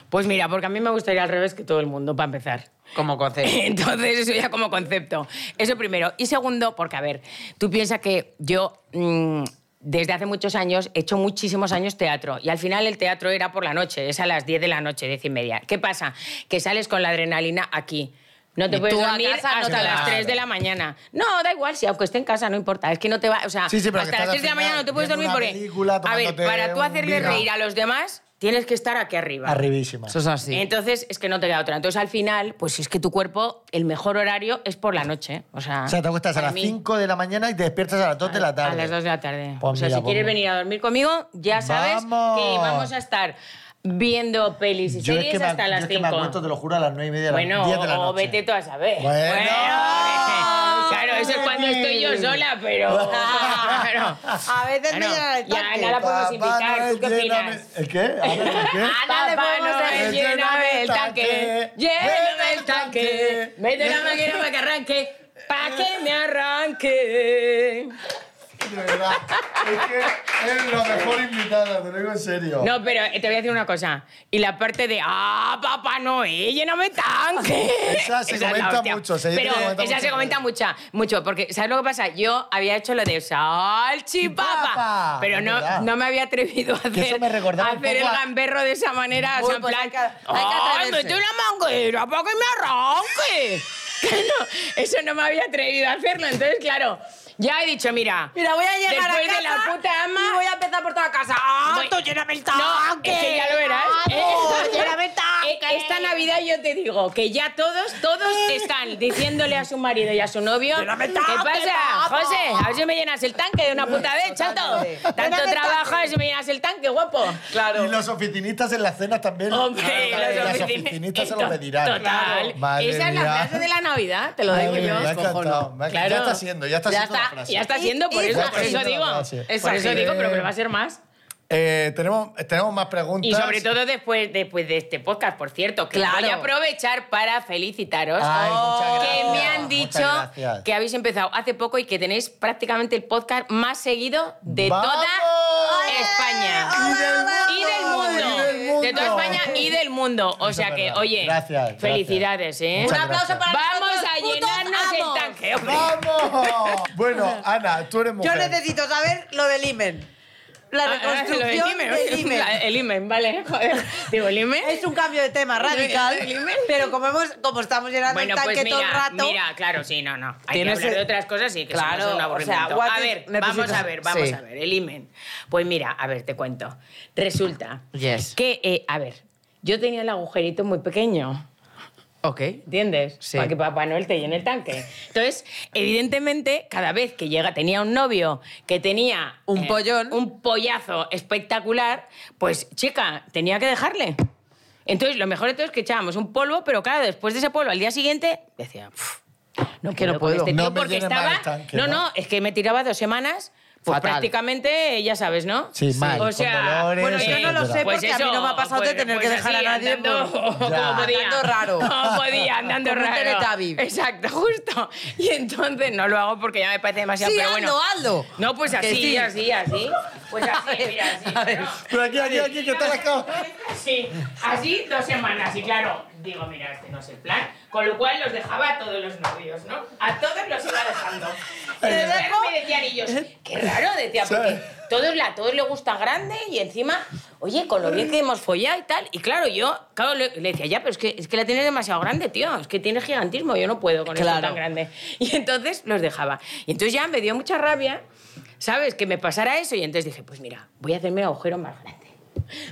[SPEAKER 5] Pues mira, porque a mí me gustaría al revés que todo el mundo, para empezar.
[SPEAKER 2] Como concepto.
[SPEAKER 5] Entonces, eso ya como concepto. Eso primero. Y segundo, porque, a ver, tú piensas que yo mm, desde hace muchos años he hecho muchísimos años teatro. Y al final el teatro era por la noche, es a las 10 de la noche, 10 y media. ¿Qué pasa? Que sales con la adrenalina aquí. No te
[SPEAKER 2] Y
[SPEAKER 5] puedes
[SPEAKER 2] tú a
[SPEAKER 5] dormir
[SPEAKER 2] casa no
[SPEAKER 5] hasta
[SPEAKER 2] te vas.
[SPEAKER 5] las 3 de la mañana. No, da igual, si aunque esté en casa, no importa. Es que no te va. O sea,
[SPEAKER 3] Sí, sí, pero que
[SPEAKER 5] hasta
[SPEAKER 3] estás
[SPEAKER 5] las 3 de la
[SPEAKER 3] al final
[SPEAKER 5] mañana no te puedes
[SPEAKER 3] viendo
[SPEAKER 5] dormir
[SPEAKER 3] una
[SPEAKER 5] porque.
[SPEAKER 3] película,
[SPEAKER 5] a ver,
[SPEAKER 3] tomándote
[SPEAKER 5] para tú
[SPEAKER 3] un
[SPEAKER 5] hacerle
[SPEAKER 3] vino.
[SPEAKER 5] reír a los demás, tienes que estar aquí arriba.
[SPEAKER 3] Arribísima.
[SPEAKER 2] Eso es así.
[SPEAKER 5] Entonces, es que no te queda otra. Entonces, al final, pues es que tu cuerpo, el mejor horario es por la noche. O sea,
[SPEAKER 3] O sea, te acuestas a
[SPEAKER 5] para
[SPEAKER 3] las
[SPEAKER 5] mí,
[SPEAKER 3] 5 de la mañana y te despiertas a las 2 de la tarde.
[SPEAKER 5] A las 2 de la tarde.
[SPEAKER 3] Pues
[SPEAKER 5] o sea,
[SPEAKER 3] mira,
[SPEAKER 5] si
[SPEAKER 3] pues
[SPEAKER 5] quieres
[SPEAKER 3] mira.
[SPEAKER 5] venir a dormir conmigo, ya sabes
[SPEAKER 3] ¡Vamos!
[SPEAKER 5] que vamos a estar viendo pelis y
[SPEAKER 3] Yo es
[SPEAKER 5] series
[SPEAKER 3] que me,
[SPEAKER 5] hasta
[SPEAKER 3] yo
[SPEAKER 5] las
[SPEAKER 3] es que me
[SPEAKER 5] 5.
[SPEAKER 3] acuesto, te lo juro, a las 9 y media, a
[SPEAKER 5] bueno,
[SPEAKER 3] las 10 de la noche.
[SPEAKER 5] o vete tú a saber.
[SPEAKER 3] Bueno.
[SPEAKER 5] claro, eso es cuando estoy yo sola, pero. Claro.
[SPEAKER 2] A veces me
[SPEAKER 5] Claro.
[SPEAKER 2] llegan el
[SPEAKER 5] Ya,
[SPEAKER 2] tanque.
[SPEAKER 5] ya la podemos
[SPEAKER 3] Papá
[SPEAKER 5] invitar. ¿Tú qué
[SPEAKER 3] Noel, lléname-
[SPEAKER 5] opinas? Ah,
[SPEAKER 3] ¿El qué? ¿Ahora el qué?
[SPEAKER 5] Ana le
[SPEAKER 2] Papá
[SPEAKER 5] podemos
[SPEAKER 2] Noel,
[SPEAKER 5] decir, lléname el tanque, lléname el tanque, mete la máquina para que arranque, para que me arranque.
[SPEAKER 3] De verdad, es que eres la mejor invitada, te lo digo en serio.
[SPEAKER 5] No, pero eh, te voy a decir una cosa. Y la parte de, ah, Papá Noel, lléname el tanque.
[SPEAKER 3] Esa se
[SPEAKER 5] es la
[SPEAKER 3] comenta
[SPEAKER 5] hostia.
[SPEAKER 3] mucho, se dice
[SPEAKER 5] pero
[SPEAKER 3] que se comenta
[SPEAKER 5] esa
[SPEAKER 3] mucho.
[SPEAKER 5] se comenta mucha, mucho, porque ¿sabes lo que pasa? Yo había hecho lo de salchipapa,
[SPEAKER 3] Papa,
[SPEAKER 5] pero
[SPEAKER 3] es
[SPEAKER 5] no,
[SPEAKER 3] verdad.
[SPEAKER 5] no me había atrevido a hacer,
[SPEAKER 3] eso me recordaba un
[SPEAKER 5] hacer el
[SPEAKER 3] poco a-
[SPEAKER 5] gamberro de esa manera.
[SPEAKER 2] Uy,
[SPEAKER 5] o sea, en
[SPEAKER 2] pues hay
[SPEAKER 5] plan,
[SPEAKER 2] que- hay que
[SPEAKER 5] "Ay,
[SPEAKER 2] atreverse".
[SPEAKER 5] mete una manguera para que me arranque. Que no, eso no me había atrevido a hacerlo. Entonces, claro, ya he dicho, mira,
[SPEAKER 2] Mira, voy a llegar
[SPEAKER 5] después
[SPEAKER 2] a casa
[SPEAKER 5] de la puta ama...
[SPEAKER 2] y voy a empezar por toda la casa. ¡Ah,
[SPEAKER 5] Voy-
[SPEAKER 2] tú lléname el tanque!
[SPEAKER 5] No, es que ya lo verás.
[SPEAKER 2] ¡Ah,
[SPEAKER 5] Eh,
[SPEAKER 2] tú lléname el
[SPEAKER 5] eh,
[SPEAKER 2] tanque!
[SPEAKER 5] Esta esta Navidad yo te digo que ya todos, todos están diciéndole a su marido y a su novio
[SPEAKER 2] Eh. Lléname
[SPEAKER 5] ¿Qué
[SPEAKER 2] tanque,
[SPEAKER 5] pasa,
[SPEAKER 2] guapo?"
[SPEAKER 5] José? A ver si me llenas el tanque de una puta vez, chato. Tanto
[SPEAKER 2] Lléname
[SPEAKER 5] trabajo, a ver si me llenas el tanque, guapo.
[SPEAKER 3] Y los oficinistas en las cenas también.
[SPEAKER 5] Hombre,
[SPEAKER 3] Claro,
[SPEAKER 5] los
[SPEAKER 3] las
[SPEAKER 5] oficini-
[SPEAKER 3] oficinistas se
[SPEAKER 5] to-
[SPEAKER 3] lo pedirán.
[SPEAKER 5] Total.
[SPEAKER 3] Madre
[SPEAKER 5] Esa es la
[SPEAKER 3] mía.
[SPEAKER 5] frase de la Navidad, te lo
[SPEAKER 3] Madre
[SPEAKER 5] digo
[SPEAKER 3] mía,
[SPEAKER 5] yo.
[SPEAKER 3] me ha encantado, me ha-
[SPEAKER 5] Claro.
[SPEAKER 3] Ya está siendo, ya está siendo la frase. Ah,
[SPEAKER 5] Ya está siendo, por
[SPEAKER 2] Y-
[SPEAKER 5] eso,
[SPEAKER 2] y-
[SPEAKER 5] por eso
[SPEAKER 3] Ya está siendo
[SPEAKER 5] digo.
[SPEAKER 3] la frase.
[SPEAKER 5] Por eso
[SPEAKER 3] Exacto.
[SPEAKER 5] digo, pero que va a ser más.
[SPEAKER 3] Eh, tenemos, tenemos más preguntas.
[SPEAKER 5] Y sobre todo después, después de este podcast, por cierto, que
[SPEAKER 2] Claro.
[SPEAKER 5] voy a aprovechar para felicitaros.
[SPEAKER 3] Ay, muchas
[SPEAKER 5] oh, que
[SPEAKER 3] gracias,
[SPEAKER 5] me han
[SPEAKER 3] muchas
[SPEAKER 5] dicho
[SPEAKER 3] gracias.
[SPEAKER 5] que habéis empezado hace poco y que tenéis prácticamente el podcast más seguido de
[SPEAKER 3] ¡Vamos!
[SPEAKER 5] toda
[SPEAKER 3] ¡Ole!
[SPEAKER 5] España. Y del mundo.
[SPEAKER 3] Y del mundo.
[SPEAKER 5] De toda España y del mundo.
[SPEAKER 3] Eso
[SPEAKER 5] O
[SPEAKER 3] es
[SPEAKER 5] sea que,
[SPEAKER 3] verdad.
[SPEAKER 5] oye,
[SPEAKER 3] Gracias, gracias.
[SPEAKER 5] felicidades, ¿eh?
[SPEAKER 3] Muchas
[SPEAKER 2] Un aplauso
[SPEAKER 3] gracias.
[SPEAKER 2] para
[SPEAKER 5] Vamos
[SPEAKER 2] nosotros,
[SPEAKER 5] a
[SPEAKER 2] putos
[SPEAKER 5] llenarnos
[SPEAKER 2] amos.
[SPEAKER 5] el tanque, hombre.
[SPEAKER 3] ¡Vamos! Bueno, Ana, tú eres mujer.
[SPEAKER 2] Yo necesito saber lo del imen. La
[SPEAKER 5] Ah, ah, lo del
[SPEAKER 2] reconstrucción
[SPEAKER 5] imen.
[SPEAKER 2] del imen.
[SPEAKER 5] La- ¿eh? El imen, vale. joder. Digo, el imen.
[SPEAKER 2] Es un cambio de tema radical,
[SPEAKER 5] El imen. pues
[SPEAKER 2] pero como, hemos, como estamos llenando el tanque todo el rato...
[SPEAKER 5] Mira, claro, sí, no, no. Hay que
[SPEAKER 2] Tienes
[SPEAKER 5] hablar
[SPEAKER 2] el-
[SPEAKER 5] de otras cosas y que
[SPEAKER 2] Claro,
[SPEAKER 5] somos un
[SPEAKER 2] o sea,
[SPEAKER 5] aburrimiento.
[SPEAKER 2] what
[SPEAKER 5] a
[SPEAKER 2] is-
[SPEAKER 5] ver,
[SPEAKER 2] necesitas-
[SPEAKER 5] vamos a ver, vamos
[SPEAKER 2] sí.
[SPEAKER 5] a ver, el imen. Pues mira, a ver, te cuento. Resulta
[SPEAKER 2] Yes.
[SPEAKER 5] que, eh, a ver, yo tenía el agujerito muy pequeño.
[SPEAKER 2] Ok.
[SPEAKER 5] ¿Entiendes?
[SPEAKER 2] Sí.
[SPEAKER 5] Para que Papá Noel te llene el tanque. Entonces, evidentemente, cada vez que llega, tenía un novio que tenía. eh,
[SPEAKER 2] Un pollón.
[SPEAKER 5] Un pollazo espectacular, pues, chica, tenía que dejarle. Entonces, lo mejor de todo es que echábamos un polvo, pero claro, después de ese polvo, al día siguiente, decía. "Puf, No
[SPEAKER 2] Es que no
[SPEAKER 5] con
[SPEAKER 2] puedo.
[SPEAKER 5] este
[SPEAKER 3] No
[SPEAKER 5] tío",
[SPEAKER 3] me
[SPEAKER 5] porque
[SPEAKER 3] llene más
[SPEAKER 5] estaba.
[SPEAKER 3] el tanque,
[SPEAKER 5] no,
[SPEAKER 3] ¿no?
[SPEAKER 5] no, es que me tiraba dos semanas. Pues
[SPEAKER 2] Fatal.
[SPEAKER 5] prácticamente, ya sabes, ¿no?
[SPEAKER 3] Sí, mal,
[SPEAKER 5] O
[SPEAKER 3] con
[SPEAKER 5] sea, Pues
[SPEAKER 3] dolores,
[SPEAKER 2] Bueno, yo no lo
[SPEAKER 3] etcétera.
[SPEAKER 2] sé porque a mí no me ha pasado de tener que dejar a nadie por-
[SPEAKER 5] como
[SPEAKER 3] Ya.
[SPEAKER 5] podía.
[SPEAKER 2] Andando raro.
[SPEAKER 5] Como podía, andando
[SPEAKER 2] Como un
[SPEAKER 5] raro.
[SPEAKER 2] Teletubby.
[SPEAKER 5] Exacto, justo. Y entonces no lo hago porque ya me parece demasiado,
[SPEAKER 2] Sí, ah,
[SPEAKER 5] pero bueno.
[SPEAKER 2] hazlo, hazlo.
[SPEAKER 5] No, pues así,
[SPEAKER 2] Que sí.
[SPEAKER 5] así, así. Pues así, mira, así.
[SPEAKER 2] a ver.
[SPEAKER 5] ¿no?
[SPEAKER 3] Pero aquí, aquí, aquí, que está la cámara.
[SPEAKER 5] Sí, así dos semanas. Y claro, digo, mira, este no es el plan. Con lo cual los dejaba a todos los novios, ¿no? A todos los iba dejando. Y de repente me decían ellos, qué raro, decía, porque todos, la, todos le gusta grande y encima, oye, con lo bien que hemos follado y tal. Y claro, yo, claro, le, le decía, ya, pero es que, es que la tienes demasiado grande, tío. Es que tienes gigantismo, yo no puedo con
[SPEAKER 2] Claro.
[SPEAKER 5] esto tan grande. Y entonces los dejaba. Y entonces ya me dio mucha rabia, ¿sabes? Que me pasara eso. Y entonces dije, pues mira, voy a hacerme el agujero más grande.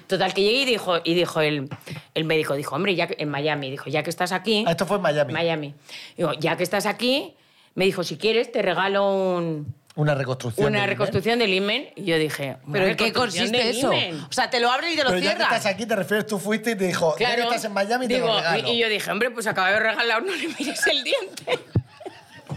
[SPEAKER 5] Total, que llegué y dijo, y dijo el, el médico, dijo, hombre, ya que, en Miami, dijo, ya que estás aquí,
[SPEAKER 3] Ah, Esto fue en Miami.
[SPEAKER 5] Miami, digo, ya que estás aquí, me dijo, si quieres te regalo un-
[SPEAKER 3] Una reconstrucción.
[SPEAKER 5] una
[SPEAKER 3] del
[SPEAKER 5] reconstrucción del imen. Y yo dije,
[SPEAKER 2] ¿Pero
[SPEAKER 5] ¿una
[SPEAKER 2] en qué
[SPEAKER 5] reconstrucción
[SPEAKER 2] consiste
[SPEAKER 5] del
[SPEAKER 2] eso?
[SPEAKER 5] himen?
[SPEAKER 2] O sea, te lo abres y te lo
[SPEAKER 3] Pero ya que
[SPEAKER 2] cierras.
[SPEAKER 3] estás aquí, te refieres, tú fuiste y te dijo, ya que
[SPEAKER 5] Claro.
[SPEAKER 3] estás en Miami, te
[SPEAKER 5] Digo,
[SPEAKER 3] lo regalo.
[SPEAKER 5] y- Y yo dije, hombre, pues acabo de regalar, no le mires el diente.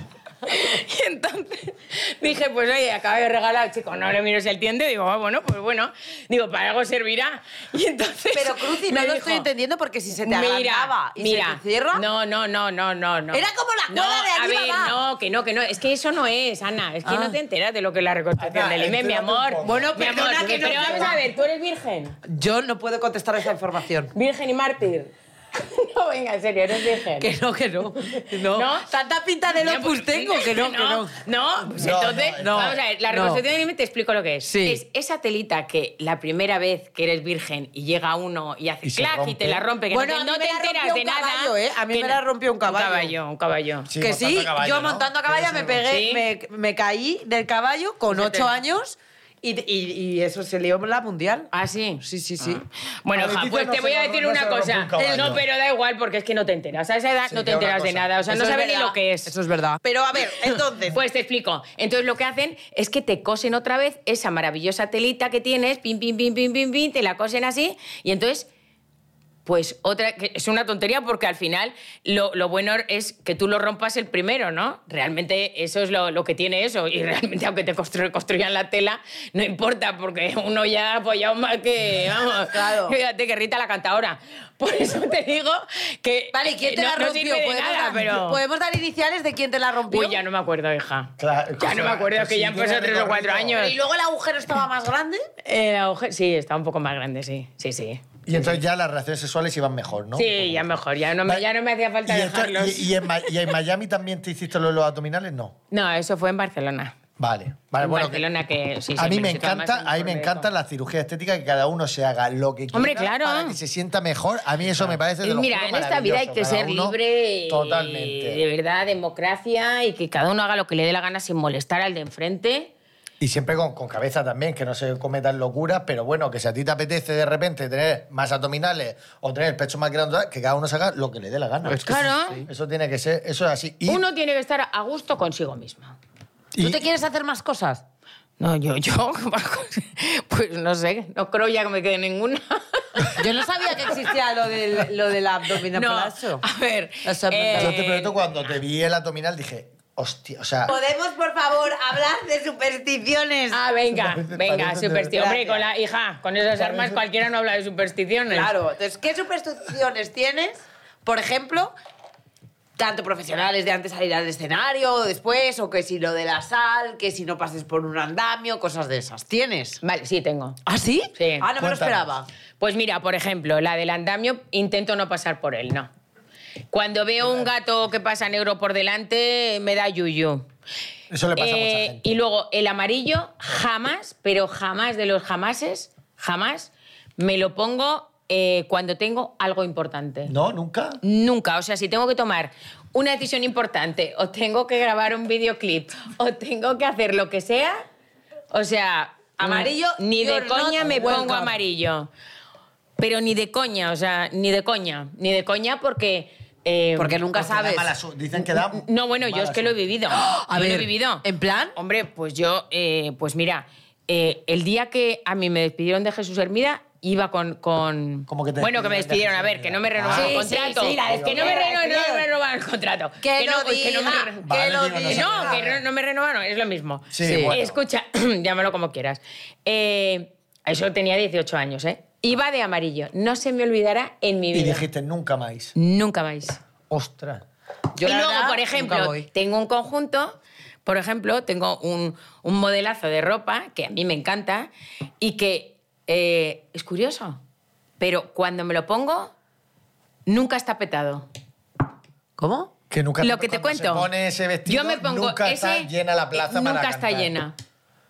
[SPEAKER 5] Y entonces dije, pues oye, acabo de regalar, chico, no le mires el diente. Digo, ah, bueno, pues bueno. Digo, para algo servirá. Y entonces.
[SPEAKER 2] Pero Cruci, no
[SPEAKER 5] me
[SPEAKER 2] lo
[SPEAKER 5] dijo,
[SPEAKER 2] estoy entendiendo porque si se te agrandaba
[SPEAKER 5] Mira,
[SPEAKER 2] y
[SPEAKER 5] mira.
[SPEAKER 2] se te cierra...
[SPEAKER 5] No, no, no, no, no, no.
[SPEAKER 2] Era como la cola de
[SPEAKER 5] a ver,
[SPEAKER 2] Alibaba.
[SPEAKER 5] no, que no, que no. Es que eso no es, Ana. Es que
[SPEAKER 2] Ah.
[SPEAKER 5] no te enteras de lo que es la reconstrucción
[SPEAKER 3] Ana,
[SPEAKER 5] del IME, mi
[SPEAKER 3] entérate un
[SPEAKER 5] amor.
[SPEAKER 3] poco.
[SPEAKER 2] Bueno,
[SPEAKER 5] Mi amor,
[SPEAKER 2] perdona que no
[SPEAKER 5] Pero
[SPEAKER 2] te-
[SPEAKER 5] vamos a ver, ¿tú eres virgen?
[SPEAKER 2] Yo no puedo contestar esa información.
[SPEAKER 5] Virgen y mártir. No, venga, en serio, eres virgen.
[SPEAKER 2] Que no, que no. No.
[SPEAKER 5] No. pues,
[SPEAKER 2] Tanta pinta de locus tengo que no, que no.
[SPEAKER 5] No, pues
[SPEAKER 3] No,
[SPEAKER 5] entonces,
[SPEAKER 3] no,
[SPEAKER 5] vamos a ver, la
[SPEAKER 2] no.
[SPEAKER 5] reconstrucción del límite te explico lo que es.
[SPEAKER 2] Sí.
[SPEAKER 5] Es esa telita que la primera vez que eres virgen y llega uno y hace
[SPEAKER 3] Y se
[SPEAKER 5] clac y
[SPEAKER 3] rompe.
[SPEAKER 5] te la rompe, que
[SPEAKER 2] Bueno,
[SPEAKER 5] no
[SPEAKER 2] a
[SPEAKER 5] te,
[SPEAKER 2] mí
[SPEAKER 5] no
[SPEAKER 2] me la
[SPEAKER 5] te enteras
[SPEAKER 2] rompió
[SPEAKER 5] de
[SPEAKER 2] un
[SPEAKER 5] nada.
[SPEAKER 2] caballo, ¿eh? A mí
[SPEAKER 5] que
[SPEAKER 2] me
[SPEAKER 5] no-
[SPEAKER 2] la rompió un caballo.
[SPEAKER 5] Un caballo, un caballo.
[SPEAKER 2] que sí,
[SPEAKER 3] montando a caballo,
[SPEAKER 2] yo
[SPEAKER 3] ¿no?
[SPEAKER 2] montando a caballo
[SPEAKER 3] Sí,
[SPEAKER 2] me
[SPEAKER 3] sí.
[SPEAKER 2] pegué,
[SPEAKER 5] Sí.
[SPEAKER 2] me, me caí del caballo con
[SPEAKER 5] Fíjate.
[SPEAKER 2] ocho años y, y- y eso se lió la mundial.
[SPEAKER 5] ¿Ah, sí?
[SPEAKER 2] Sí, sí, sí.
[SPEAKER 5] Ah. Bueno,
[SPEAKER 3] A
[SPEAKER 5] hija,
[SPEAKER 3] Leticia
[SPEAKER 5] pues
[SPEAKER 3] no
[SPEAKER 5] te
[SPEAKER 3] se
[SPEAKER 5] voy a
[SPEAKER 3] la-
[SPEAKER 5] decir
[SPEAKER 3] no se
[SPEAKER 5] una
[SPEAKER 3] la rompe
[SPEAKER 5] cosa.
[SPEAKER 3] un caballo.
[SPEAKER 5] No, pero da igual porque es que no te enteras. A esa edad
[SPEAKER 3] Sí,
[SPEAKER 5] no te
[SPEAKER 3] que una
[SPEAKER 5] enteras de
[SPEAKER 3] cosa.
[SPEAKER 5] nada. O sea,
[SPEAKER 2] Eso
[SPEAKER 5] no
[SPEAKER 2] es
[SPEAKER 5] sabes ni
[SPEAKER 2] verdad,
[SPEAKER 5] lo que es.
[SPEAKER 2] Eso es verdad. Pero a ver, entonces.
[SPEAKER 5] Pues te explico. Entonces lo que hacen es que te cosen otra vez esa maravillosa telita que tienes, pim, pim, pim, pim, pim, pim, te la cosen así y entonces... Pues otra, que es una tontería porque al final lo, lo bueno es que tú lo rompas el primero, ¿no? Realmente eso es lo, lo que tiene eso y realmente aunque te constru- construyan la tela, no importa porque uno ya ha apoyado más que, vamos,
[SPEAKER 2] Claro.
[SPEAKER 5] fíjate que Rita la canta ahora. Por eso te digo que...
[SPEAKER 2] vale, ¿y ¿quién te
[SPEAKER 5] eh, no-
[SPEAKER 2] la
[SPEAKER 5] no
[SPEAKER 2] rompió?
[SPEAKER 5] sirve de
[SPEAKER 2] ¿Podemos,
[SPEAKER 5] nada,
[SPEAKER 2] dar,
[SPEAKER 5] pero...
[SPEAKER 2] podemos dar iniciales de quién te la rompió?
[SPEAKER 5] Uy, ya no me acuerdo, hija.
[SPEAKER 3] Claro,
[SPEAKER 5] Ya no me acuerdo,
[SPEAKER 3] pues
[SPEAKER 5] que
[SPEAKER 3] sí,
[SPEAKER 5] ya han pasado
[SPEAKER 3] tiene
[SPEAKER 5] tres o cuatro
[SPEAKER 3] recorrido.
[SPEAKER 5] años.
[SPEAKER 2] Y luego el agujero estaba más grande.
[SPEAKER 5] El agujero- sí, está un poco más grande, sí. Sí, sí.
[SPEAKER 3] Y entonces ya las relaciones sexuales iban mejor, ¿no?
[SPEAKER 5] Sí, ya mejor, ya no me, ya no me hacía falta
[SPEAKER 3] y, esto-
[SPEAKER 5] dejarlos.
[SPEAKER 3] y- y en, Ma- y en Miami también te hiciste los, los abdominales? No.
[SPEAKER 5] No, eso fue en Barcelona.
[SPEAKER 3] Vale. vale
[SPEAKER 5] en
[SPEAKER 3] bueno, que-
[SPEAKER 5] Barcelona que sí,
[SPEAKER 3] a
[SPEAKER 5] sí,
[SPEAKER 3] mí me
[SPEAKER 5] pero sí,
[SPEAKER 3] encanta,
[SPEAKER 5] además,
[SPEAKER 3] a mí me
[SPEAKER 5] por
[SPEAKER 3] encanta
[SPEAKER 5] eso.
[SPEAKER 3] la cirugía estética que cada uno se haga lo que quiera
[SPEAKER 5] Hombre, claro.
[SPEAKER 3] para que se sienta mejor. A mí eso me parece de
[SPEAKER 5] Y
[SPEAKER 3] lo
[SPEAKER 5] Mira,
[SPEAKER 3] juro,
[SPEAKER 5] en esta vida hay
[SPEAKER 3] maravilloso.
[SPEAKER 5] que
[SPEAKER 3] Cada
[SPEAKER 5] ser
[SPEAKER 3] uno-
[SPEAKER 5] libre. y
[SPEAKER 3] Totalmente.
[SPEAKER 5] De verdad, democracia y que cada uno haga lo que le dé la gana sin molestar al de enfrente.
[SPEAKER 3] Y siempre con, con cabeza también, que no se cometan locuras, pero bueno, que si a ti te apetece de repente tener más abdominales o tener el pecho más grande, que cada uno saca lo que le dé la gana.
[SPEAKER 5] que Claro. sí.
[SPEAKER 3] Eso tiene que ser, eso es así. Y,
[SPEAKER 5] Uno tiene que estar a gusto consigo mismo.
[SPEAKER 2] ¿Tú
[SPEAKER 3] y-
[SPEAKER 2] te quieres hacer más cosas?
[SPEAKER 5] No, yo, yo, pues no sé, no creo ya que me quede ninguna.
[SPEAKER 2] Yo no sabía que existía lo del, lo del abdominoplastia.
[SPEAKER 5] a ver.
[SPEAKER 2] Los abdominales.
[SPEAKER 3] yo te prometo, cuando te vi el abdominal dije, hostia, o sea,
[SPEAKER 2] ¿Podemos, por favor, hablar de supersticiones?
[SPEAKER 5] Ah, venga,
[SPEAKER 3] Parece-
[SPEAKER 5] venga,
[SPEAKER 3] parece-
[SPEAKER 5] superstición. Hombre,
[SPEAKER 2] Gracias.
[SPEAKER 5] con la hija, con esas armas cualquiera no habla de supersticiones.
[SPEAKER 2] Claro, entonces, ¿qué supersticiones tienes? Por ejemplo, tanto profesionales de antes de salir al escenario o después, o que si lo de la sal, que si no pases por un andamio, cosas de esas. ¿Tienes?
[SPEAKER 5] Vale, sí, tengo.
[SPEAKER 2] ¿Ah, sí? Ah,
[SPEAKER 5] Sí.
[SPEAKER 2] no me lo
[SPEAKER 3] Cuéntanos.
[SPEAKER 2] esperaba.
[SPEAKER 5] Pues mira, por ejemplo, la del andamio, intento no pasar por él, no. Cuando veo un gato que pasa negro por delante, me da yuyu.
[SPEAKER 3] eso le pasa a
[SPEAKER 5] Eh,
[SPEAKER 3] mucha gente.
[SPEAKER 5] Y luego el amarillo, jamás, pero jamás de los jamases, jamás, me lo pongo eh, cuando tengo algo importante.
[SPEAKER 3] No, nunca.
[SPEAKER 5] Nunca. O sea, si tengo que tomar una decisión importante, o tengo que grabar un videoclip, o tengo que hacer lo que sea, o sea.
[SPEAKER 2] Amarillo,
[SPEAKER 5] Mm. Ni de
[SPEAKER 2] you're
[SPEAKER 5] coña
[SPEAKER 2] not
[SPEAKER 5] me pongo
[SPEAKER 2] welcome.
[SPEAKER 5] amarillo. Pero ni de coña, o sea, ni de coña. Ni de coña porque. eh,
[SPEAKER 2] Porque nunca
[SPEAKER 3] Porque da
[SPEAKER 2] sabes.
[SPEAKER 3] mala su- Dicen que da.
[SPEAKER 5] No, bueno, yo
[SPEAKER 3] mala
[SPEAKER 5] es que lo he
[SPEAKER 3] suerte.
[SPEAKER 5] vivido.
[SPEAKER 2] A
[SPEAKER 5] Yo lo
[SPEAKER 2] ver,
[SPEAKER 5] he vivido.
[SPEAKER 2] ¿en plan?
[SPEAKER 5] Hombre, pues yo, eh, pues mira, eh, el día que a mí me despidieron de Jesús Hermida, iba con. con...
[SPEAKER 3] ¿Cómo que te
[SPEAKER 5] bueno, que me
[SPEAKER 3] despidieron
[SPEAKER 5] despidieron,
[SPEAKER 3] de
[SPEAKER 5] a ver,
[SPEAKER 3] Jesús
[SPEAKER 5] que no me
[SPEAKER 3] Hermida?
[SPEAKER 5] renovaron
[SPEAKER 2] Ah.
[SPEAKER 5] el
[SPEAKER 2] Sí, sí,
[SPEAKER 5] contrato.
[SPEAKER 2] sí, la
[SPEAKER 5] que no me,
[SPEAKER 2] despidieron,
[SPEAKER 5] reno- no me
[SPEAKER 2] despidieron.
[SPEAKER 5] renovaron el contrato.
[SPEAKER 2] Que lo
[SPEAKER 5] que no me
[SPEAKER 2] diga,
[SPEAKER 5] re-
[SPEAKER 3] Vale,
[SPEAKER 2] que lo
[SPEAKER 3] digo, no sé.
[SPEAKER 5] no,
[SPEAKER 2] diga.
[SPEAKER 5] que no, no me renovaron, es lo mismo.
[SPEAKER 3] Sí, Sí. bueno.
[SPEAKER 5] Escucha, llámalo como quieras. Eh, eso tenía 18 años, ¿eh? Iba de amarillo. No se me olvidará en mi
[SPEAKER 3] Y
[SPEAKER 5] vida.
[SPEAKER 3] dijiste nunca más.
[SPEAKER 5] Nunca más.
[SPEAKER 3] Ostras.
[SPEAKER 2] Yo,
[SPEAKER 5] y
[SPEAKER 2] la
[SPEAKER 5] luego,
[SPEAKER 2] verdad,
[SPEAKER 5] por
[SPEAKER 2] nunca
[SPEAKER 5] ejemplo,
[SPEAKER 2] voy.
[SPEAKER 5] tengo un conjunto, por ejemplo, tengo un, un modelazo de ropa que a mí me encanta y que eh, es curioso, pero cuando me lo pongo, nunca está petado.
[SPEAKER 2] ¿Cómo?
[SPEAKER 3] Que nunca
[SPEAKER 5] lo que te
[SPEAKER 3] cuando se
[SPEAKER 5] cuento.
[SPEAKER 3] pone ese vestido,
[SPEAKER 5] yo me pongo
[SPEAKER 3] nunca está
[SPEAKER 5] ese,
[SPEAKER 3] llena la plaza
[SPEAKER 5] eh,
[SPEAKER 3] para
[SPEAKER 5] Nunca está
[SPEAKER 3] cantar.
[SPEAKER 5] llena.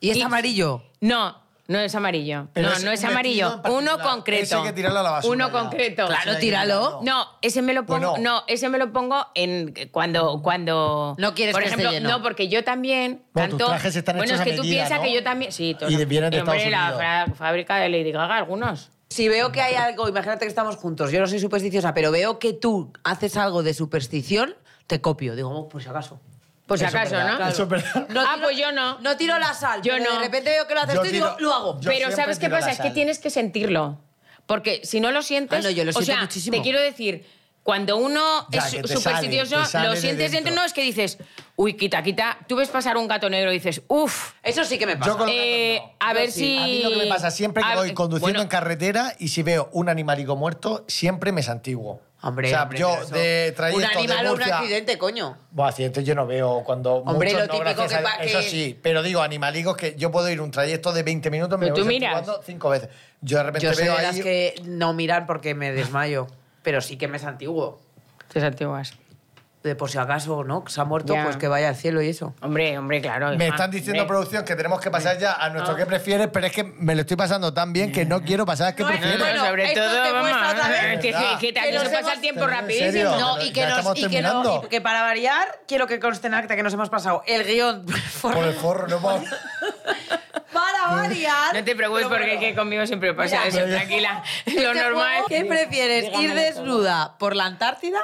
[SPEAKER 2] ¿Y es
[SPEAKER 5] Y-
[SPEAKER 2] amarillo?
[SPEAKER 5] No, no es amarillo.
[SPEAKER 3] Pero
[SPEAKER 5] no,
[SPEAKER 3] ese
[SPEAKER 5] no es
[SPEAKER 3] vestido en
[SPEAKER 5] amarillo.
[SPEAKER 3] particular,
[SPEAKER 5] Uno concreto.
[SPEAKER 3] ese hay que tirarlo a la basura
[SPEAKER 5] Uno
[SPEAKER 3] ya.
[SPEAKER 5] concreto.
[SPEAKER 2] Claro,
[SPEAKER 3] Ese hay que
[SPEAKER 2] tíralo.
[SPEAKER 3] tirarlo.
[SPEAKER 5] No, ese me lo pongo.
[SPEAKER 3] Bueno.
[SPEAKER 5] No, ese me lo pongo en cuando cuando.
[SPEAKER 2] No quieres
[SPEAKER 5] por
[SPEAKER 2] que esté
[SPEAKER 5] ejemplo,
[SPEAKER 2] lleno.
[SPEAKER 5] no porque yo también
[SPEAKER 3] Bueno, tus
[SPEAKER 5] canto-
[SPEAKER 3] trajes están
[SPEAKER 5] bueno,
[SPEAKER 3] hechos
[SPEAKER 5] es que
[SPEAKER 3] a
[SPEAKER 5] tú
[SPEAKER 3] medida,
[SPEAKER 5] piensas
[SPEAKER 3] ¿no?
[SPEAKER 5] que yo también. Sí, todos.
[SPEAKER 3] Y de- vienen de
[SPEAKER 5] Y, hombre,
[SPEAKER 3] Estados
[SPEAKER 5] la fra- fábrica de Lady Gaga, algunos.
[SPEAKER 2] Si veo que hay algo, imagínate que estamos juntos, yo no soy supersticiosa, pero veo que tú haces algo de superstición, te copio. Digo, oh, por si acaso.
[SPEAKER 5] Pues
[SPEAKER 3] Eso es
[SPEAKER 5] acaso,
[SPEAKER 3] verdad,
[SPEAKER 5] ¿no?
[SPEAKER 3] claro. Eso es verdad.
[SPEAKER 5] Ah, pues yo no.
[SPEAKER 2] No tiro la sal.
[SPEAKER 5] Yo
[SPEAKER 2] pero
[SPEAKER 5] no.
[SPEAKER 2] De repente veo que lo haces
[SPEAKER 3] Yo
[SPEAKER 2] tú y digo,
[SPEAKER 3] tiro-
[SPEAKER 2] lo hago.
[SPEAKER 3] Yo
[SPEAKER 5] Pero
[SPEAKER 3] siempre
[SPEAKER 5] ¿sabes qué
[SPEAKER 3] tiro la
[SPEAKER 5] pasa? Es que
[SPEAKER 3] sal.
[SPEAKER 5] tienes que sentirlo. Porque si no lo sientes...
[SPEAKER 2] Ah, no, yo lo
[SPEAKER 5] o
[SPEAKER 2] siento
[SPEAKER 5] sea,
[SPEAKER 2] muchísimo.
[SPEAKER 5] Te quiero decir, cuando uno
[SPEAKER 3] Ya,
[SPEAKER 5] es
[SPEAKER 3] que te
[SPEAKER 5] supersticioso,
[SPEAKER 3] sale, te sale
[SPEAKER 5] lo
[SPEAKER 3] de
[SPEAKER 5] sientes dentro.
[SPEAKER 3] dentro.
[SPEAKER 5] No, es que dices, uy, quita, quita. Tú ves pasar un gato negro y dices, uff...
[SPEAKER 2] Eso sí que me pasa.
[SPEAKER 3] Yo con- los
[SPEAKER 5] Eh,
[SPEAKER 3] gatos no.
[SPEAKER 5] a
[SPEAKER 2] Yo
[SPEAKER 5] ver
[SPEAKER 2] sí. Ah, eh,
[SPEAKER 5] si...
[SPEAKER 3] A mí lo que me pasa siempre que
[SPEAKER 5] a-
[SPEAKER 3] voy conduciendo
[SPEAKER 5] bueno,
[SPEAKER 3] en carretera y si veo un animalico muerto, siempre me santiguo.
[SPEAKER 2] Hombre,
[SPEAKER 3] o sea,
[SPEAKER 2] hombre,
[SPEAKER 3] yo
[SPEAKER 2] pero eso-
[SPEAKER 3] de
[SPEAKER 2] Un
[SPEAKER 3] trayecto
[SPEAKER 2] animal
[SPEAKER 3] de
[SPEAKER 2] o un
[SPEAKER 3] Murcia-
[SPEAKER 2] accidente, coño.
[SPEAKER 3] Bueno, accidentes yo no veo cuando
[SPEAKER 2] Hombre,
[SPEAKER 3] muchos
[SPEAKER 2] lo
[SPEAKER 3] no,
[SPEAKER 2] típico
[SPEAKER 3] gracias
[SPEAKER 2] que
[SPEAKER 3] a-
[SPEAKER 2] pa- que-
[SPEAKER 3] Eso sí, pero digo, animalicos que yo puedo ir un trayecto de 20 minutos, me
[SPEAKER 5] Pero
[SPEAKER 3] voy
[SPEAKER 5] tú miras.
[SPEAKER 3] santiguando cinco veces. Yo de repente
[SPEAKER 2] Yo soy
[SPEAKER 3] veo
[SPEAKER 2] de las
[SPEAKER 3] ahí...
[SPEAKER 2] que no miran porque me desmayo, pero sí que me es antiguo.
[SPEAKER 5] Te santiguas.
[SPEAKER 2] De por si acaso, ¿no? Que se ha muerto,
[SPEAKER 5] Ya.
[SPEAKER 2] pues que vaya al cielo y eso.
[SPEAKER 5] Hombre, hombre, claro.
[SPEAKER 3] Me
[SPEAKER 5] hija,
[SPEAKER 3] están diciendo,
[SPEAKER 5] hombre.
[SPEAKER 3] producción, que tenemos que pasar ya a
[SPEAKER 2] Ah.
[SPEAKER 3] nuestro que prefieres, pero es que me lo estoy pasando tan bien que no quiero pasar que
[SPEAKER 2] No,
[SPEAKER 5] No, no,
[SPEAKER 3] prefieres.
[SPEAKER 2] Bueno,
[SPEAKER 5] sobre
[SPEAKER 2] esto
[SPEAKER 5] todo,
[SPEAKER 2] te
[SPEAKER 5] vamos, eh,
[SPEAKER 2] muestra otra vez.
[SPEAKER 5] es que, es que,
[SPEAKER 2] Que nos
[SPEAKER 5] también se pasa el
[SPEAKER 2] hemos-
[SPEAKER 5] tiempo
[SPEAKER 3] ¿En serio?
[SPEAKER 5] rapidísimo.
[SPEAKER 3] No,
[SPEAKER 2] No,
[SPEAKER 3] pero
[SPEAKER 2] y que,
[SPEAKER 3] ya
[SPEAKER 2] nos,
[SPEAKER 3] estamos
[SPEAKER 2] y que no-
[SPEAKER 3] terminando.
[SPEAKER 2] y que para variar, quiero que conste en acta que nos hemos pasado el guión
[SPEAKER 3] Por el forro, no puedo...
[SPEAKER 2] para variar.
[SPEAKER 5] No te preocupes
[SPEAKER 2] pero bueno.
[SPEAKER 5] porque es que conmigo siempre pasa
[SPEAKER 2] Mira,
[SPEAKER 5] eso,
[SPEAKER 3] pero ya-
[SPEAKER 5] tranquila.
[SPEAKER 2] Este
[SPEAKER 5] Lo
[SPEAKER 2] juego,
[SPEAKER 5] normal.
[SPEAKER 2] ¿Qué prefieres, ir desnuda por la Antártida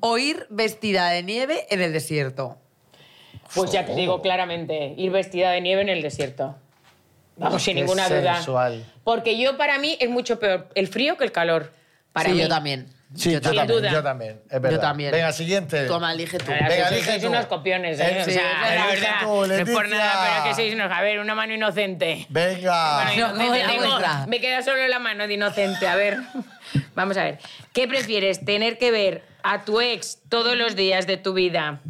[SPEAKER 2] o ir vestida de nieve en el desierto?
[SPEAKER 5] Pues ya te digo claramente, ir vestida de nieve en el desierto. Vamos, sin
[SPEAKER 3] Qué
[SPEAKER 5] ninguna duda.
[SPEAKER 3] sensual.
[SPEAKER 5] Porque yo para mí es mucho peor el frío que el calor. Para
[SPEAKER 2] sí,
[SPEAKER 5] mí.
[SPEAKER 2] yo también.
[SPEAKER 3] Sí, yo
[SPEAKER 5] Sin
[SPEAKER 3] también,
[SPEAKER 5] duda.
[SPEAKER 3] yo también, es verdad.
[SPEAKER 2] Yo también.
[SPEAKER 3] Venga, siguiente.
[SPEAKER 2] Toma, elige tú.
[SPEAKER 5] La verdad
[SPEAKER 3] Venga,
[SPEAKER 5] que sois-
[SPEAKER 3] elige
[SPEAKER 5] sois
[SPEAKER 3] tú.
[SPEAKER 5] unos copiones, ¿eh?
[SPEAKER 3] Eh,
[SPEAKER 5] o
[SPEAKER 3] sí,
[SPEAKER 5] sea, la
[SPEAKER 3] elige
[SPEAKER 5] verdad.
[SPEAKER 3] tú,
[SPEAKER 5] no es por
[SPEAKER 3] Leticia.
[SPEAKER 5] nada, pero que sois unos. A ver, una mano inocente.
[SPEAKER 3] Venga.
[SPEAKER 5] Bueno,
[SPEAKER 2] No,
[SPEAKER 5] inocente,
[SPEAKER 2] la
[SPEAKER 5] tengo-
[SPEAKER 2] vuestra.
[SPEAKER 5] me queda solo la mano de inocente. A ver, vamos a ver. ¿Qué prefieres, tener que ver a tu ex todos los días de tu vida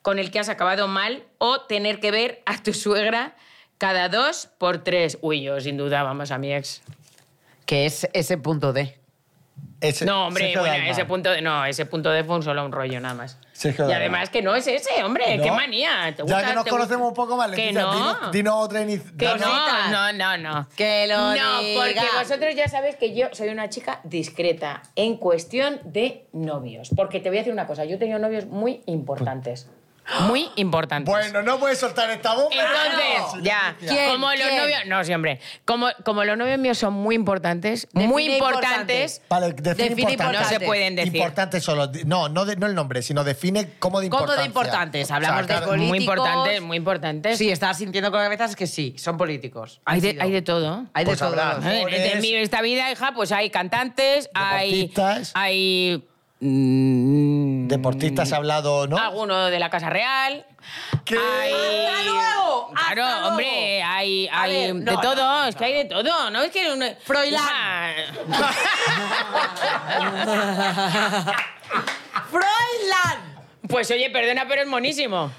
[SPEAKER 5] con el que has acabado mal o tener que ver a tu suegra cada dos por tres? Uy, yo sin duda vamos a mi ex.
[SPEAKER 2] Que es ese punto D.
[SPEAKER 3] Ese-
[SPEAKER 5] No, hombre,
[SPEAKER 3] Sergio
[SPEAKER 5] bueno,
[SPEAKER 3] Dalma.
[SPEAKER 5] ese punto de, no, ese punto de fue un solo un rollo nada más.
[SPEAKER 3] Sergio
[SPEAKER 5] y
[SPEAKER 3] Dalma.
[SPEAKER 5] además que no es ese, hombre,
[SPEAKER 3] No.
[SPEAKER 5] eh, qué manía. ¿Te gusta-
[SPEAKER 3] Ya que nos
[SPEAKER 5] te gusta-
[SPEAKER 3] conocemos un poco más,
[SPEAKER 5] Que
[SPEAKER 3] Leticia,
[SPEAKER 5] no.
[SPEAKER 3] dinos- dinos otra inici-
[SPEAKER 5] Que
[SPEAKER 3] danos-
[SPEAKER 5] no,
[SPEAKER 2] Cositas.
[SPEAKER 5] no, no, no.
[SPEAKER 2] Que lo
[SPEAKER 5] No, porque
[SPEAKER 2] diga.
[SPEAKER 5] vosotros ya sabéis que yo soy una chica discreta en cuestión de novios. Porque te voy a decir una cosa, yo he tenido novios muy importantes. Muy importantes.
[SPEAKER 3] Bueno, no puedes soltar esta bomba.
[SPEAKER 5] Eh, Entonces, ya.
[SPEAKER 2] ¿Quién?
[SPEAKER 5] Como los
[SPEAKER 2] ¿Quién?
[SPEAKER 5] novios. No, sí, hombre. Como, como los novios míos son muy importantes,
[SPEAKER 2] Define
[SPEAKER 5] muy importantes.
[SPEAKER 3] Para definir
[SPEAKER 2] Define
[SPEAKER 3] importante.
[SPEAKER 5] No se pueden decir.
[SPEAKER 3] Importante solo. No, no, de- no el nombre, sino define cómo de
[SPEAKER 2] Cómo
[SPEAKER 3] importante.
[SPEAKER 2] de importantes, hablamos de
[SPEAKER 3] cada-
[SPEAKER 2] política.
[SPEAKER 5] Muy
[SPEAKER 2] políticos.
[SPEAKER 5] importantes, muy importantes.
[SPEAKER 2] Sí, estás sintiendo con la cabeza es que sí, son políticos.
[SPEAKER 5] Hay de,
[SPEAKER 2] Han sido.
[SPEAKER 5] hay de todo. Eh,
[SPEAKER 2] Hay de
[SPEAKER 3] Pues
[SPEAKER 2] todo.
[SPEAKER 3] habrá.
[SPEAKER 5] A ver,
[SPEAKER 3] Actores.
[SPEAKER 5] de mi- esta vida, hija, pues hay cantantes, hay.
[SPEAKER 3] Deportistas.
[SPEAKER 5] Hay. mm,
[SPEAKER 3] Deportistas ha hablado, ¿no?
[SPEAKER 5] Alguno de la Casa Real.
[SPEAKER 3] ¿Qué?
[SPEAKER 5] Hay-
[SPEAKER 2] Ah, ¡Hasta luego! ¡Hasta
[SPEAKER 5] Claro,
[SPEAKER 2] luego!
[SPEAKER 5] hombre, hay,
[SPEAKER 2] A
[SPEAKER 5] hay
[SPEAKER 2] ver,
[SPEAKER 5] de
[SPEAKER 2] no,
[SPEAKER 5] todo,
[SPEAKER 2] no,
[SPEAKER 5] es que hay de todo, ¿no? Es que uno-
[SPEAKER 2] Froilán.
[SPEAKER 5] Hija,
[SPEAKER 2] ¡Froilán!
[SPEAKER 5] Pues oye, perdona, pero es monísimo.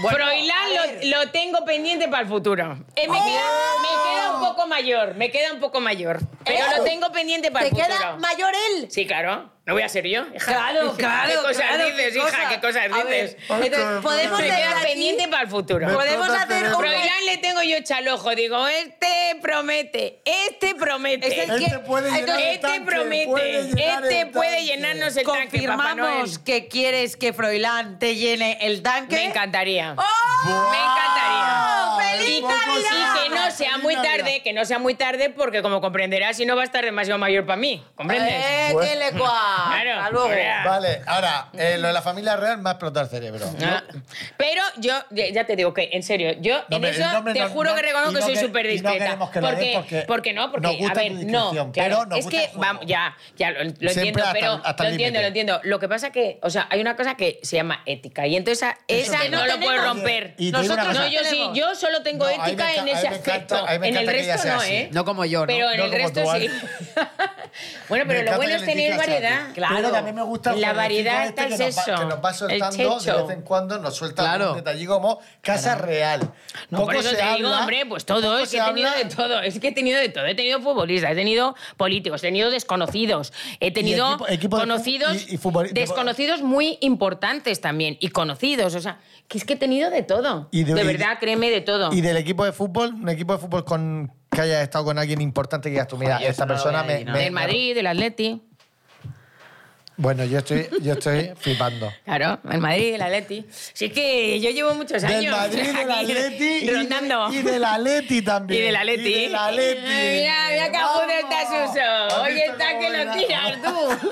[SPEAKER 2] Bueno,
[SPEAKER 5] Froilán lo, lo tengo pendiente para el futuro. Eh, me, queda,
[SPEAKER 2] ¡Oh!
[SPEAKER 5] me queda un poco mayor, me queda un poco mayor. Pero lo tengo pendiente para
[SPEAKER 2] ¿Eh? ¿Te
[SPEAKER 5] el futuro.
[SPEAKER 2] queda mayor él?
[SPEAKER 5] Sí, claro. No voy a ser yo. hija.
[SPEAKER 2] Claro, claro.
[SPEAKER 5] ¿Qué cosas
[SPEAKER 2] claro,
[SPEAKER 5] dices, hija? ¿Qué cosas
[SPEAKER 2] A ver,
[SPEAKER 5] dices?
[SPEAKER 2] entonces, podemos
[SPEAKER 5] Se
[SPEAKER 2] leer
[SPEAKER 5] queda
[SPEAKER 2] aquí-
[SPEAKER 5] pendiente para el futuro.
[SPEAKER 3] Me
[SPEAKER 2] Podemos
[SPEAKER 3] toca,
[SPEAKER 2] hacer
[SPEAKER 3] pero-
[SPEAKER 2] un-
[SPEAKER 5] Froilán le tengo yo chalojo. Digo, este promete, este promete.
[SPEAKER 2] Es el
[SPEAKER 3] Este puede llenar
[SPEAKER 2] Entonces,
[SPEAKER 3] el
[SPEAKER 5] Este
[SPEAKER 3] tanque,
[SPEAKER 5] promete,
[SPEAKER 3] puede llenar
[SPEAKER 5] este
[SPEAKER 3] el
[SPEAKER 5] puede
[SPEAKER 3] tanque.
[SPEAKER 5] llenarnos el tanque, Papá Noel.
[SPEAKER 2] Confirmamos que quieres que Froilán te llene el tanque.
[SPEAKER 5] Me encantaría.
[SPEAKER 2] ¡Oh!
[SPEAKER 5] Me
[SPEAKER 3] ¡Guau!
[SPEAKER 5] encantaría.
[SPEAKER 2] ¡Feliz
[SPEAKER 5] Y-
[SPEAKER 2] Navidad!
[SPEAKER 5] Y que no sea
[SPEAKER 3] ¡Feliz
[SPEAKER 5] muy
[SPEAKER 3] Navidad!
[SPEAKER 5] tarde, que no sea muy tarde, porque como comprenderás, si no va a estar demasiado mayor para mí. ¿Comprendes?
[SPEAKER 2] ¡Eh,
[SPEAKER 3] Bueno.
[SPEAKER 2] qué lecua!
[SPEAKER 5] Claro.
[SPEAKER 2] Hasta luego.
[SPEAKER 5] Real.
[SPEAKER 3] Vale, ahora, eh, lo de la familia real me ha explotado el cerebro.
[SPEAKER 5] Ah, Pero yo, ya ya te digo que, en serio, yo en
[SPEAKER 3] hombre,
[SPEAKER 5] eso
[SPEAKER 3] el nombre
[SPEAKER 5] te
[SPEAKER 3] no-
[SPEAKER 5] juro
[SPEAKER 3] no-
[SPEAKER 5] que
[SPEAKER 3] y
[SPEAKER 5] reconozco
[SPEAKER 3] no
[SPEAKER 5] que soy
[SPEAKER 3] que-
[SPEAKER 5] súper
[SPEAKER 3] y no
[SPEAKER 5] discreta.
[SPEAKER 3] queremos que lo
[SPEAKER 5] porque,
[SPEAKER 3] des porque
[SPEAKER 5] porque no, porque,
[SPEAKER 3] nos gusta tu
[SPEAKER 5] a ver, no,
[SPEAKER 3] discreción,
[SPEAKER 5] claro,
[SPEAKER 3] pero nos
[SPEAKER 5] es
[SPEAKER 3] gusta
[SPEAKER 5] que,
[SPEAKER 3] el juego.
[SPEAKER 5] vamos, ya, ya, lo, lo
[SPEAKER 3] Siempre
[SPEAKER 5] entiendo,
[SPEAKER 3] hasta-
[SPEAKER 5] pero
[SPEAKER 3] hasta
[SPEAKER 5] lo
[SPEAKER 3] el límite.
[SPEAKER 5] entiendo, lo entiendo. Lo que pasa que, o sea, hay una cosa que se llama ética y entonces esa,
[SPEAKER 3] Eso
[SPEAKER 5] esa
[SPEAKER 3] que no
[SPEAKER 5] no, lo
[SPEAKER 3] tenemos.
[SPEAKER 5] puedes romper.
[SPEAKER 3] Y te digo una
[SPEAKER 2] Nosotros
[SPEAKER 3] cosa.
[SPEAKER 5] No, yo sí, yo solo tengo
[SPEAKER 3] No, a mí me
[SPEAKER 5] ética
[SPEAKER 3] enca-
[SPEAKER 5] en
[SPEAKER 3] a mí
[SPEAKER 5] ese
[SPEAKER 3] me encanta-
[SPEAKER 5] aspecto.
[SPEAKER 3] a mí me
[SPEAKER 5] En el
[SPEAKER 3] encanta que ella
[SPEAKER 5] resto
[SPEAKER 3] sea
[SPEAKER 5] no,
[SPEAKER 3] así.
[SPEAKER 5] ¿eh?
[SPEAKER 2] No como yo, ¿no?
[SPEAKER 5] Pero en
[SPEAKER 3] No
[SPEAKER 5] el
[SPEAKER 3] como
[SPEAKER 5] resto
[SPEAKER 3] tú,
[SPEAKER 5] sí. Bueno, pero lo bueno es tener variedad.
[SPEAKER 3] Claro. Pero también me gusta el
[SPEAKER 5] La
[SPEAKER 3] jueguecito
[SPEAKER 5] variedad
[SPEAKER 3] este
[SPEAKER 5] está
[SPEAKER 3] que
[SPEAKER 5] es
[SPEAKER 3] nos va-
[SPEAKER 5] eso.
[SPEAKER 3] Que nos va soltando
[SPEAKER 5] el
[SPEAKER 3] de
[SPEAKER 5] checho.
[SPEAKER 3] vez en cuando, nos suelta
[SPEAKER 2] Claro.
[SPEAKER 3] un detalle como casa real.
[SPEAKER 5] No, por eso te digo, hombre, pues todo,
[SPEAKER 3] poco
[SPEAKER 5] es
[SPEAKER 3] se
[SPEAKER 5] que he tenido
[SPEAKER 3] habla-
[SPEAKER 5] de todo, es que he tenido de todo, he tenido futbolistas, he tenido políticos, he tenido desconocidos, he tenido
[SPEAKER 3] equipo- equipo de fu-
[SPEAKER 5] conocidos,
[SPEAKER 3] y- y futbol- de-
[SPEAKER 5] desconocidos muy importantes también, y conocidos, o sea, que es que he tenido de todo,
[SPEAKER 3] Y de-
[SPEAKER 5] de,
[SPEAKER 3] y-
[SPEAKER 5] verdad, créeme, de todo.
[SPEAKER 3] Y del equipo de fútbol, un equipo de fútbol con que haya estado con alguien importante que digas tú, mira,
[SPEAKER 2] Joder, yo
[SPEAKER 3] esta
[SPEAKER 2] eso no lo
[SPEAKER 3] persona
[SPEAKER 2] voy a
[SPEAKER 3] me,
[SPEAKER 2] adivinar.
[SPEAKER 3] me-
[SPEAKER 5] del Madrid, del Atleti,
[SPEAKER 3] Bueno, yo estoy, yo estoy flipando.
[SPEAKER 5] claro, el Madrid, del Atleti. Sí es que yo llevo muchos años
[SPEAKER 3] Del Madrid, del
[SPEAKER 5] aquí
[SPEAKER 3] Atleti y,
[SPEAKER 5] rondando.
[SPEAKER 3] de- y del Atleti también.
[SPEAKER 5] Y del Atleti.
[SPEAKER 3] Y del Atleti.
[SPEAKER 5] Ay, Mira, mira que a
[SPEAKER 3] Vamos.
[SPEAKER 5] punto está Suso.
[SPEAKER 3] ¿Has
[SPEAKER 5] Hoy
[SPEAKER 3] visto
[SPEAKER 5] está
[SPEAKER 3] cómo
[SPEAKER 5] que lo
[SPEAKER 3] baila?
[SPEAKER 5] tiras tú.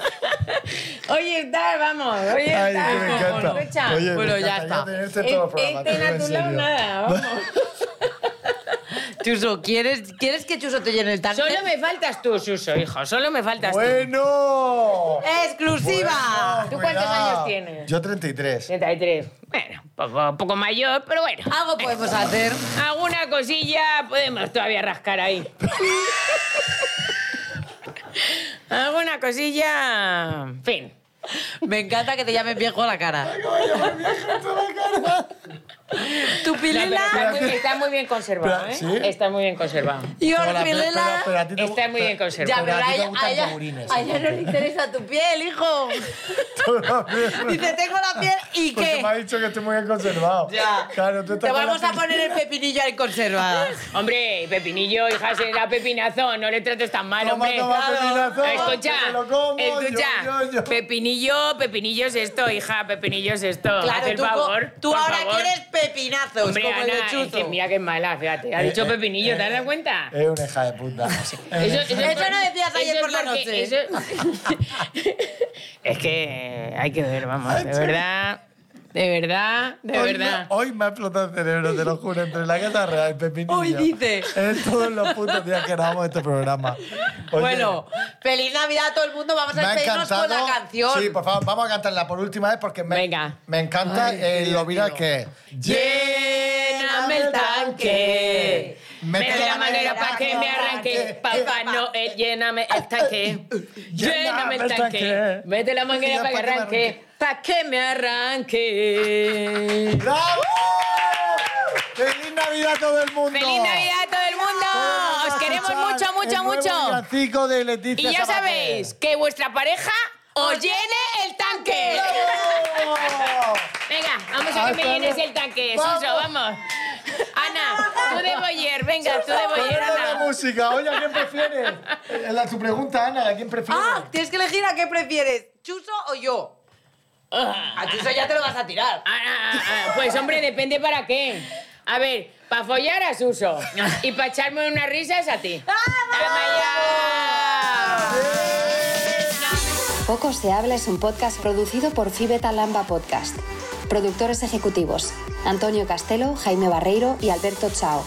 [SPEAKER 5] Hoy está, vamos. Hoy está.
[SPEAKER 3] Ay, que me encanta.
[SPEAKER 5] Bueno, escucha,
[SPEAKER 3] Oye, me
[SPEAKER 2] bueno, ya
[SPEAKER 3] encantaría
[SPEAKER 2] está.
[SPEAKER 3] tenerte en todos los programas, te
[SPEAKER 5] este
[SPEAKER 3] lo digo
[SPEAKER 5] a
[SPEAKER 3] en
[SPEAKER 5] tu lado
[SPEAKER 3] serio.
[SPEAKER 5] nada, vamos.
[SPEAKER 2] Chuso, ¿quieres, ¿quieres que Chuso te llene el tanque?
[SPEAKER 5] Solo me faltas tú, Suso, hijo. Solo me faltas
[SPEAKER 3] Bueno.
[SPEAKER 2] ¡Exclusiva!
[SPEAKER 5] ¿Tú cuántos
[SPEAKER 3] Cuidado.
[SPEAKER 5] años tienes?
[SPEAKER 3] Yo
[SPEAKER 5] tú.
[SPEAKER 3] 33.
[SPEAKER 5] 33. Bueno, poco, poco mayor, pero bueno.
[SPEAKER 2] Algo podemos hacer.
[SPEAKER 5] Alguna cosilla podemos todavía rascar ahí. Alguna cosilla. En fin.
[SPEAKER 2] Me encanta que te llamen viejo a la cara. Tu
[SPEAKER 5] No, pero
[SPEAKER 2] pilela
[SPEAKER 5] está, muy, está muy bien conservado,
[SPEAKER 3] Pero,
[SPEAKER 5] ¿eh?
[SPEAKER 3] ¿sí?
[SPEAKER 5] Está muy bien conservado.
[SPEAKER 2] y
[SPEAKER 3] Hola,
[SPEAKER 2] your
[SPEAKER 3] pero- pero-
[SPEAKER 2] pilela.
[SPEAKER 3] pero a ti te-
[SPEAKER 5] Está muy bien
[SPEAKER 3] pero-
[SPEAKER 2] Ya,
[SPEAKER 5] conservado.
[SPEAKER 2] pero
[SPEAKER 3] a ti
[SPEAKER 2] a
[SPEAKER 3] te
[SPEAKER 2] ella,
[SPEAKER 3] gustan
[SPEAKER 2] a ella-
[SPEAKER 3] taburines,
[SPEAKER 2] a ella no le interesa tu piel, hijo. Dice, tengo la piel y
[SPEAKER 3] Porque
[SPEAKER 2] qué.
[SPEAKER 3] me ha dicho que estoy muy bien conservado.
[SPEAKER 2] Ya.
[SPEAKER 3] Claro, tú estás
[SPEAKER 2] Te
[SPEAKER 3] con la
[SPEAKER 2] vamos a
[SPEAKER 3] pi-
[SPEAKER 2] poner el pepinillo al conservada.
[SPEAKER 5] Hombre, Pepinillo, hija, será pepinazo, no le trates tan mal,
[SPEAKER 3] Toma,
[SPEAKER 5] hombre. Ah,
[SPEAKER 3] toma, pepinazo,
[SPEAKER 5] escucha,
[SPEAKER 3] que me lo como,
[SPEAKER 5] escucha.
[SPEAKER 3] yo, yo, yo.
[SPEAKER 5] Pepinillo, Pepinillo es esto, hija, Pepinillo es esto. Haz
[SPEAKER 2] Claro,
[SPEAKER 5] el
[SPEAKER 2] tú, co-
[SPEAKER 5] favor.
[SPEAKER 2] tú
[SPEAKER 5] por
[SPEAKER 2] ahora
[SPEAKER 5] favor.
[SPEAKER 2] quieres pepinazos,
[SPEAKER 5] Hombre,
[SPEAKER 2] como el de
[SPEAKER 5] Ana, es
[SPEAKER 2] Chuzo.
[SPEAKER 5] que mira qué mala, fíjate. Ha
[SPEAKER 3] Eh,
[SPEAKER 5] dicho
[SPEAKER 3] eh,
[SPEAKER 5] Pepinillo, ¿te has
[SPEAKER 3] eh,
[SPEAKER 5] dado cuenta?
[SPEAKER 3] Es una hija de puta.
[SPEAKER 2] Eso no decías ayer
[SPEAKER 5] es
[SPEAKER 2] por la
[SPEAKER 5] porque-
[SPEAKER 2] noche.
[SPEAKER 5] eso- es que hay que ver, vamos, de verdad, de verdad, de
[SPEAKER 3] hoy
[SPEAKER 5] verdad.
[SPEAKER 3] Me, hoy me ha explotado el cerebro, te lo juro, entre la casa real, el pepinillo.
[SPEAKER 2] Hoy dice.
[SPEAKER 3] Es todos los putos días que grabamos este programa. Oye,
[SPEAKER 2] Bueno, feliz Navidad a todo el mundo. Vamos a
[SPEAKER 3] me ha
[SPEAKER 2] despedirnos
[SPEAKER 3] encantado.
[SPEAKER 2] con la canción.
[SPEAKER 3] Sí, por favor, vamos a cantarla por última vez porque me,
[SPEAKER 5] Venga.
[SPEAKER 3] me encanta eh, lo viral que es.
[SPEAKER 5] Lléname el tanque. Mete la manera para que me arranque. Papá Noel, lléname el tanque. Lléname el tanque. Mete la manguera para que arranque. Para que me arranque.
[SPEAKER 3] ¡Bravo! ¡Feliz Navidad a todo el mundo!
[SPEAKER 5] ¡Feliz Navidad a todo el mundo! Os queremos mucho, mucho, mucho.
[SPEAKER 3] mucho. de Leticia
[SPEAKER 5] Y ya
[SPEAKER 3] Sabater.
[SPEAKER 5] sabéis que vuestra pareja os llene el tanque.
[SPEAKER 3] ¡Bravo!
[SPEAKER 5] Venga, vamos a que me
[SPEAKER 3] Hasta
[SPEAKER 5] llenes
[SPEAKER 3] luego.
[SPEAKER 5] el tanque,
[SPEAKER 3] Vamos.
[SPEAKER 5] Suso, vamos. Ana, tú de Boyer, venga, tú de Boyer,
[SPEAKER 3] Ponle la
[SPEAKER 5] Ana.
[SPEAKER 3] música. Oye, ¿a quién prefieres? Eh, La, tu pregunta, Ana, ¿a quién prefieres?
[SPEAKER 2] Ah, tienes que elegir a qué prefieres, Chuso o yo.
[SPEAKER 5] Ah,
[SPEAKER 2] A ti eso ya te lo vas a tirar.
[SPEAKER 5] ah, ah, Pues hombre, depende para qué. A ver, para follar a Suso y para echarme unas risas a ti. ¡Vamos!
[SPEAKER 6] Poco se habla es un podcast producido por Fibeta Lamba Podcast. Productores ejecutivos: Antonio Castelo, Jaime Barreiro y Alberto Chao.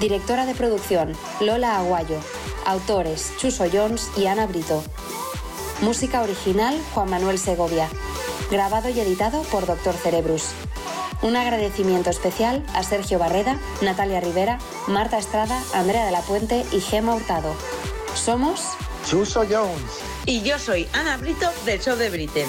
[SPEAKER 6] Directora de producción: Lola Aguayo. Autores: Chuso Jones y Ana Brito. Música original: Juan Manuel Segovia. Grabado y editado por Doctor Cerebrus. Un agradecimiento especial a Sergio Barreda, Natalia Rivera, Marta Estrada, Andrea de la Puente y Gema Hurtado. Somos
[SPEAKER 3] Chuso Jones.
[SPEAKER 7] Y yo soy Ana Brito del show de Britain.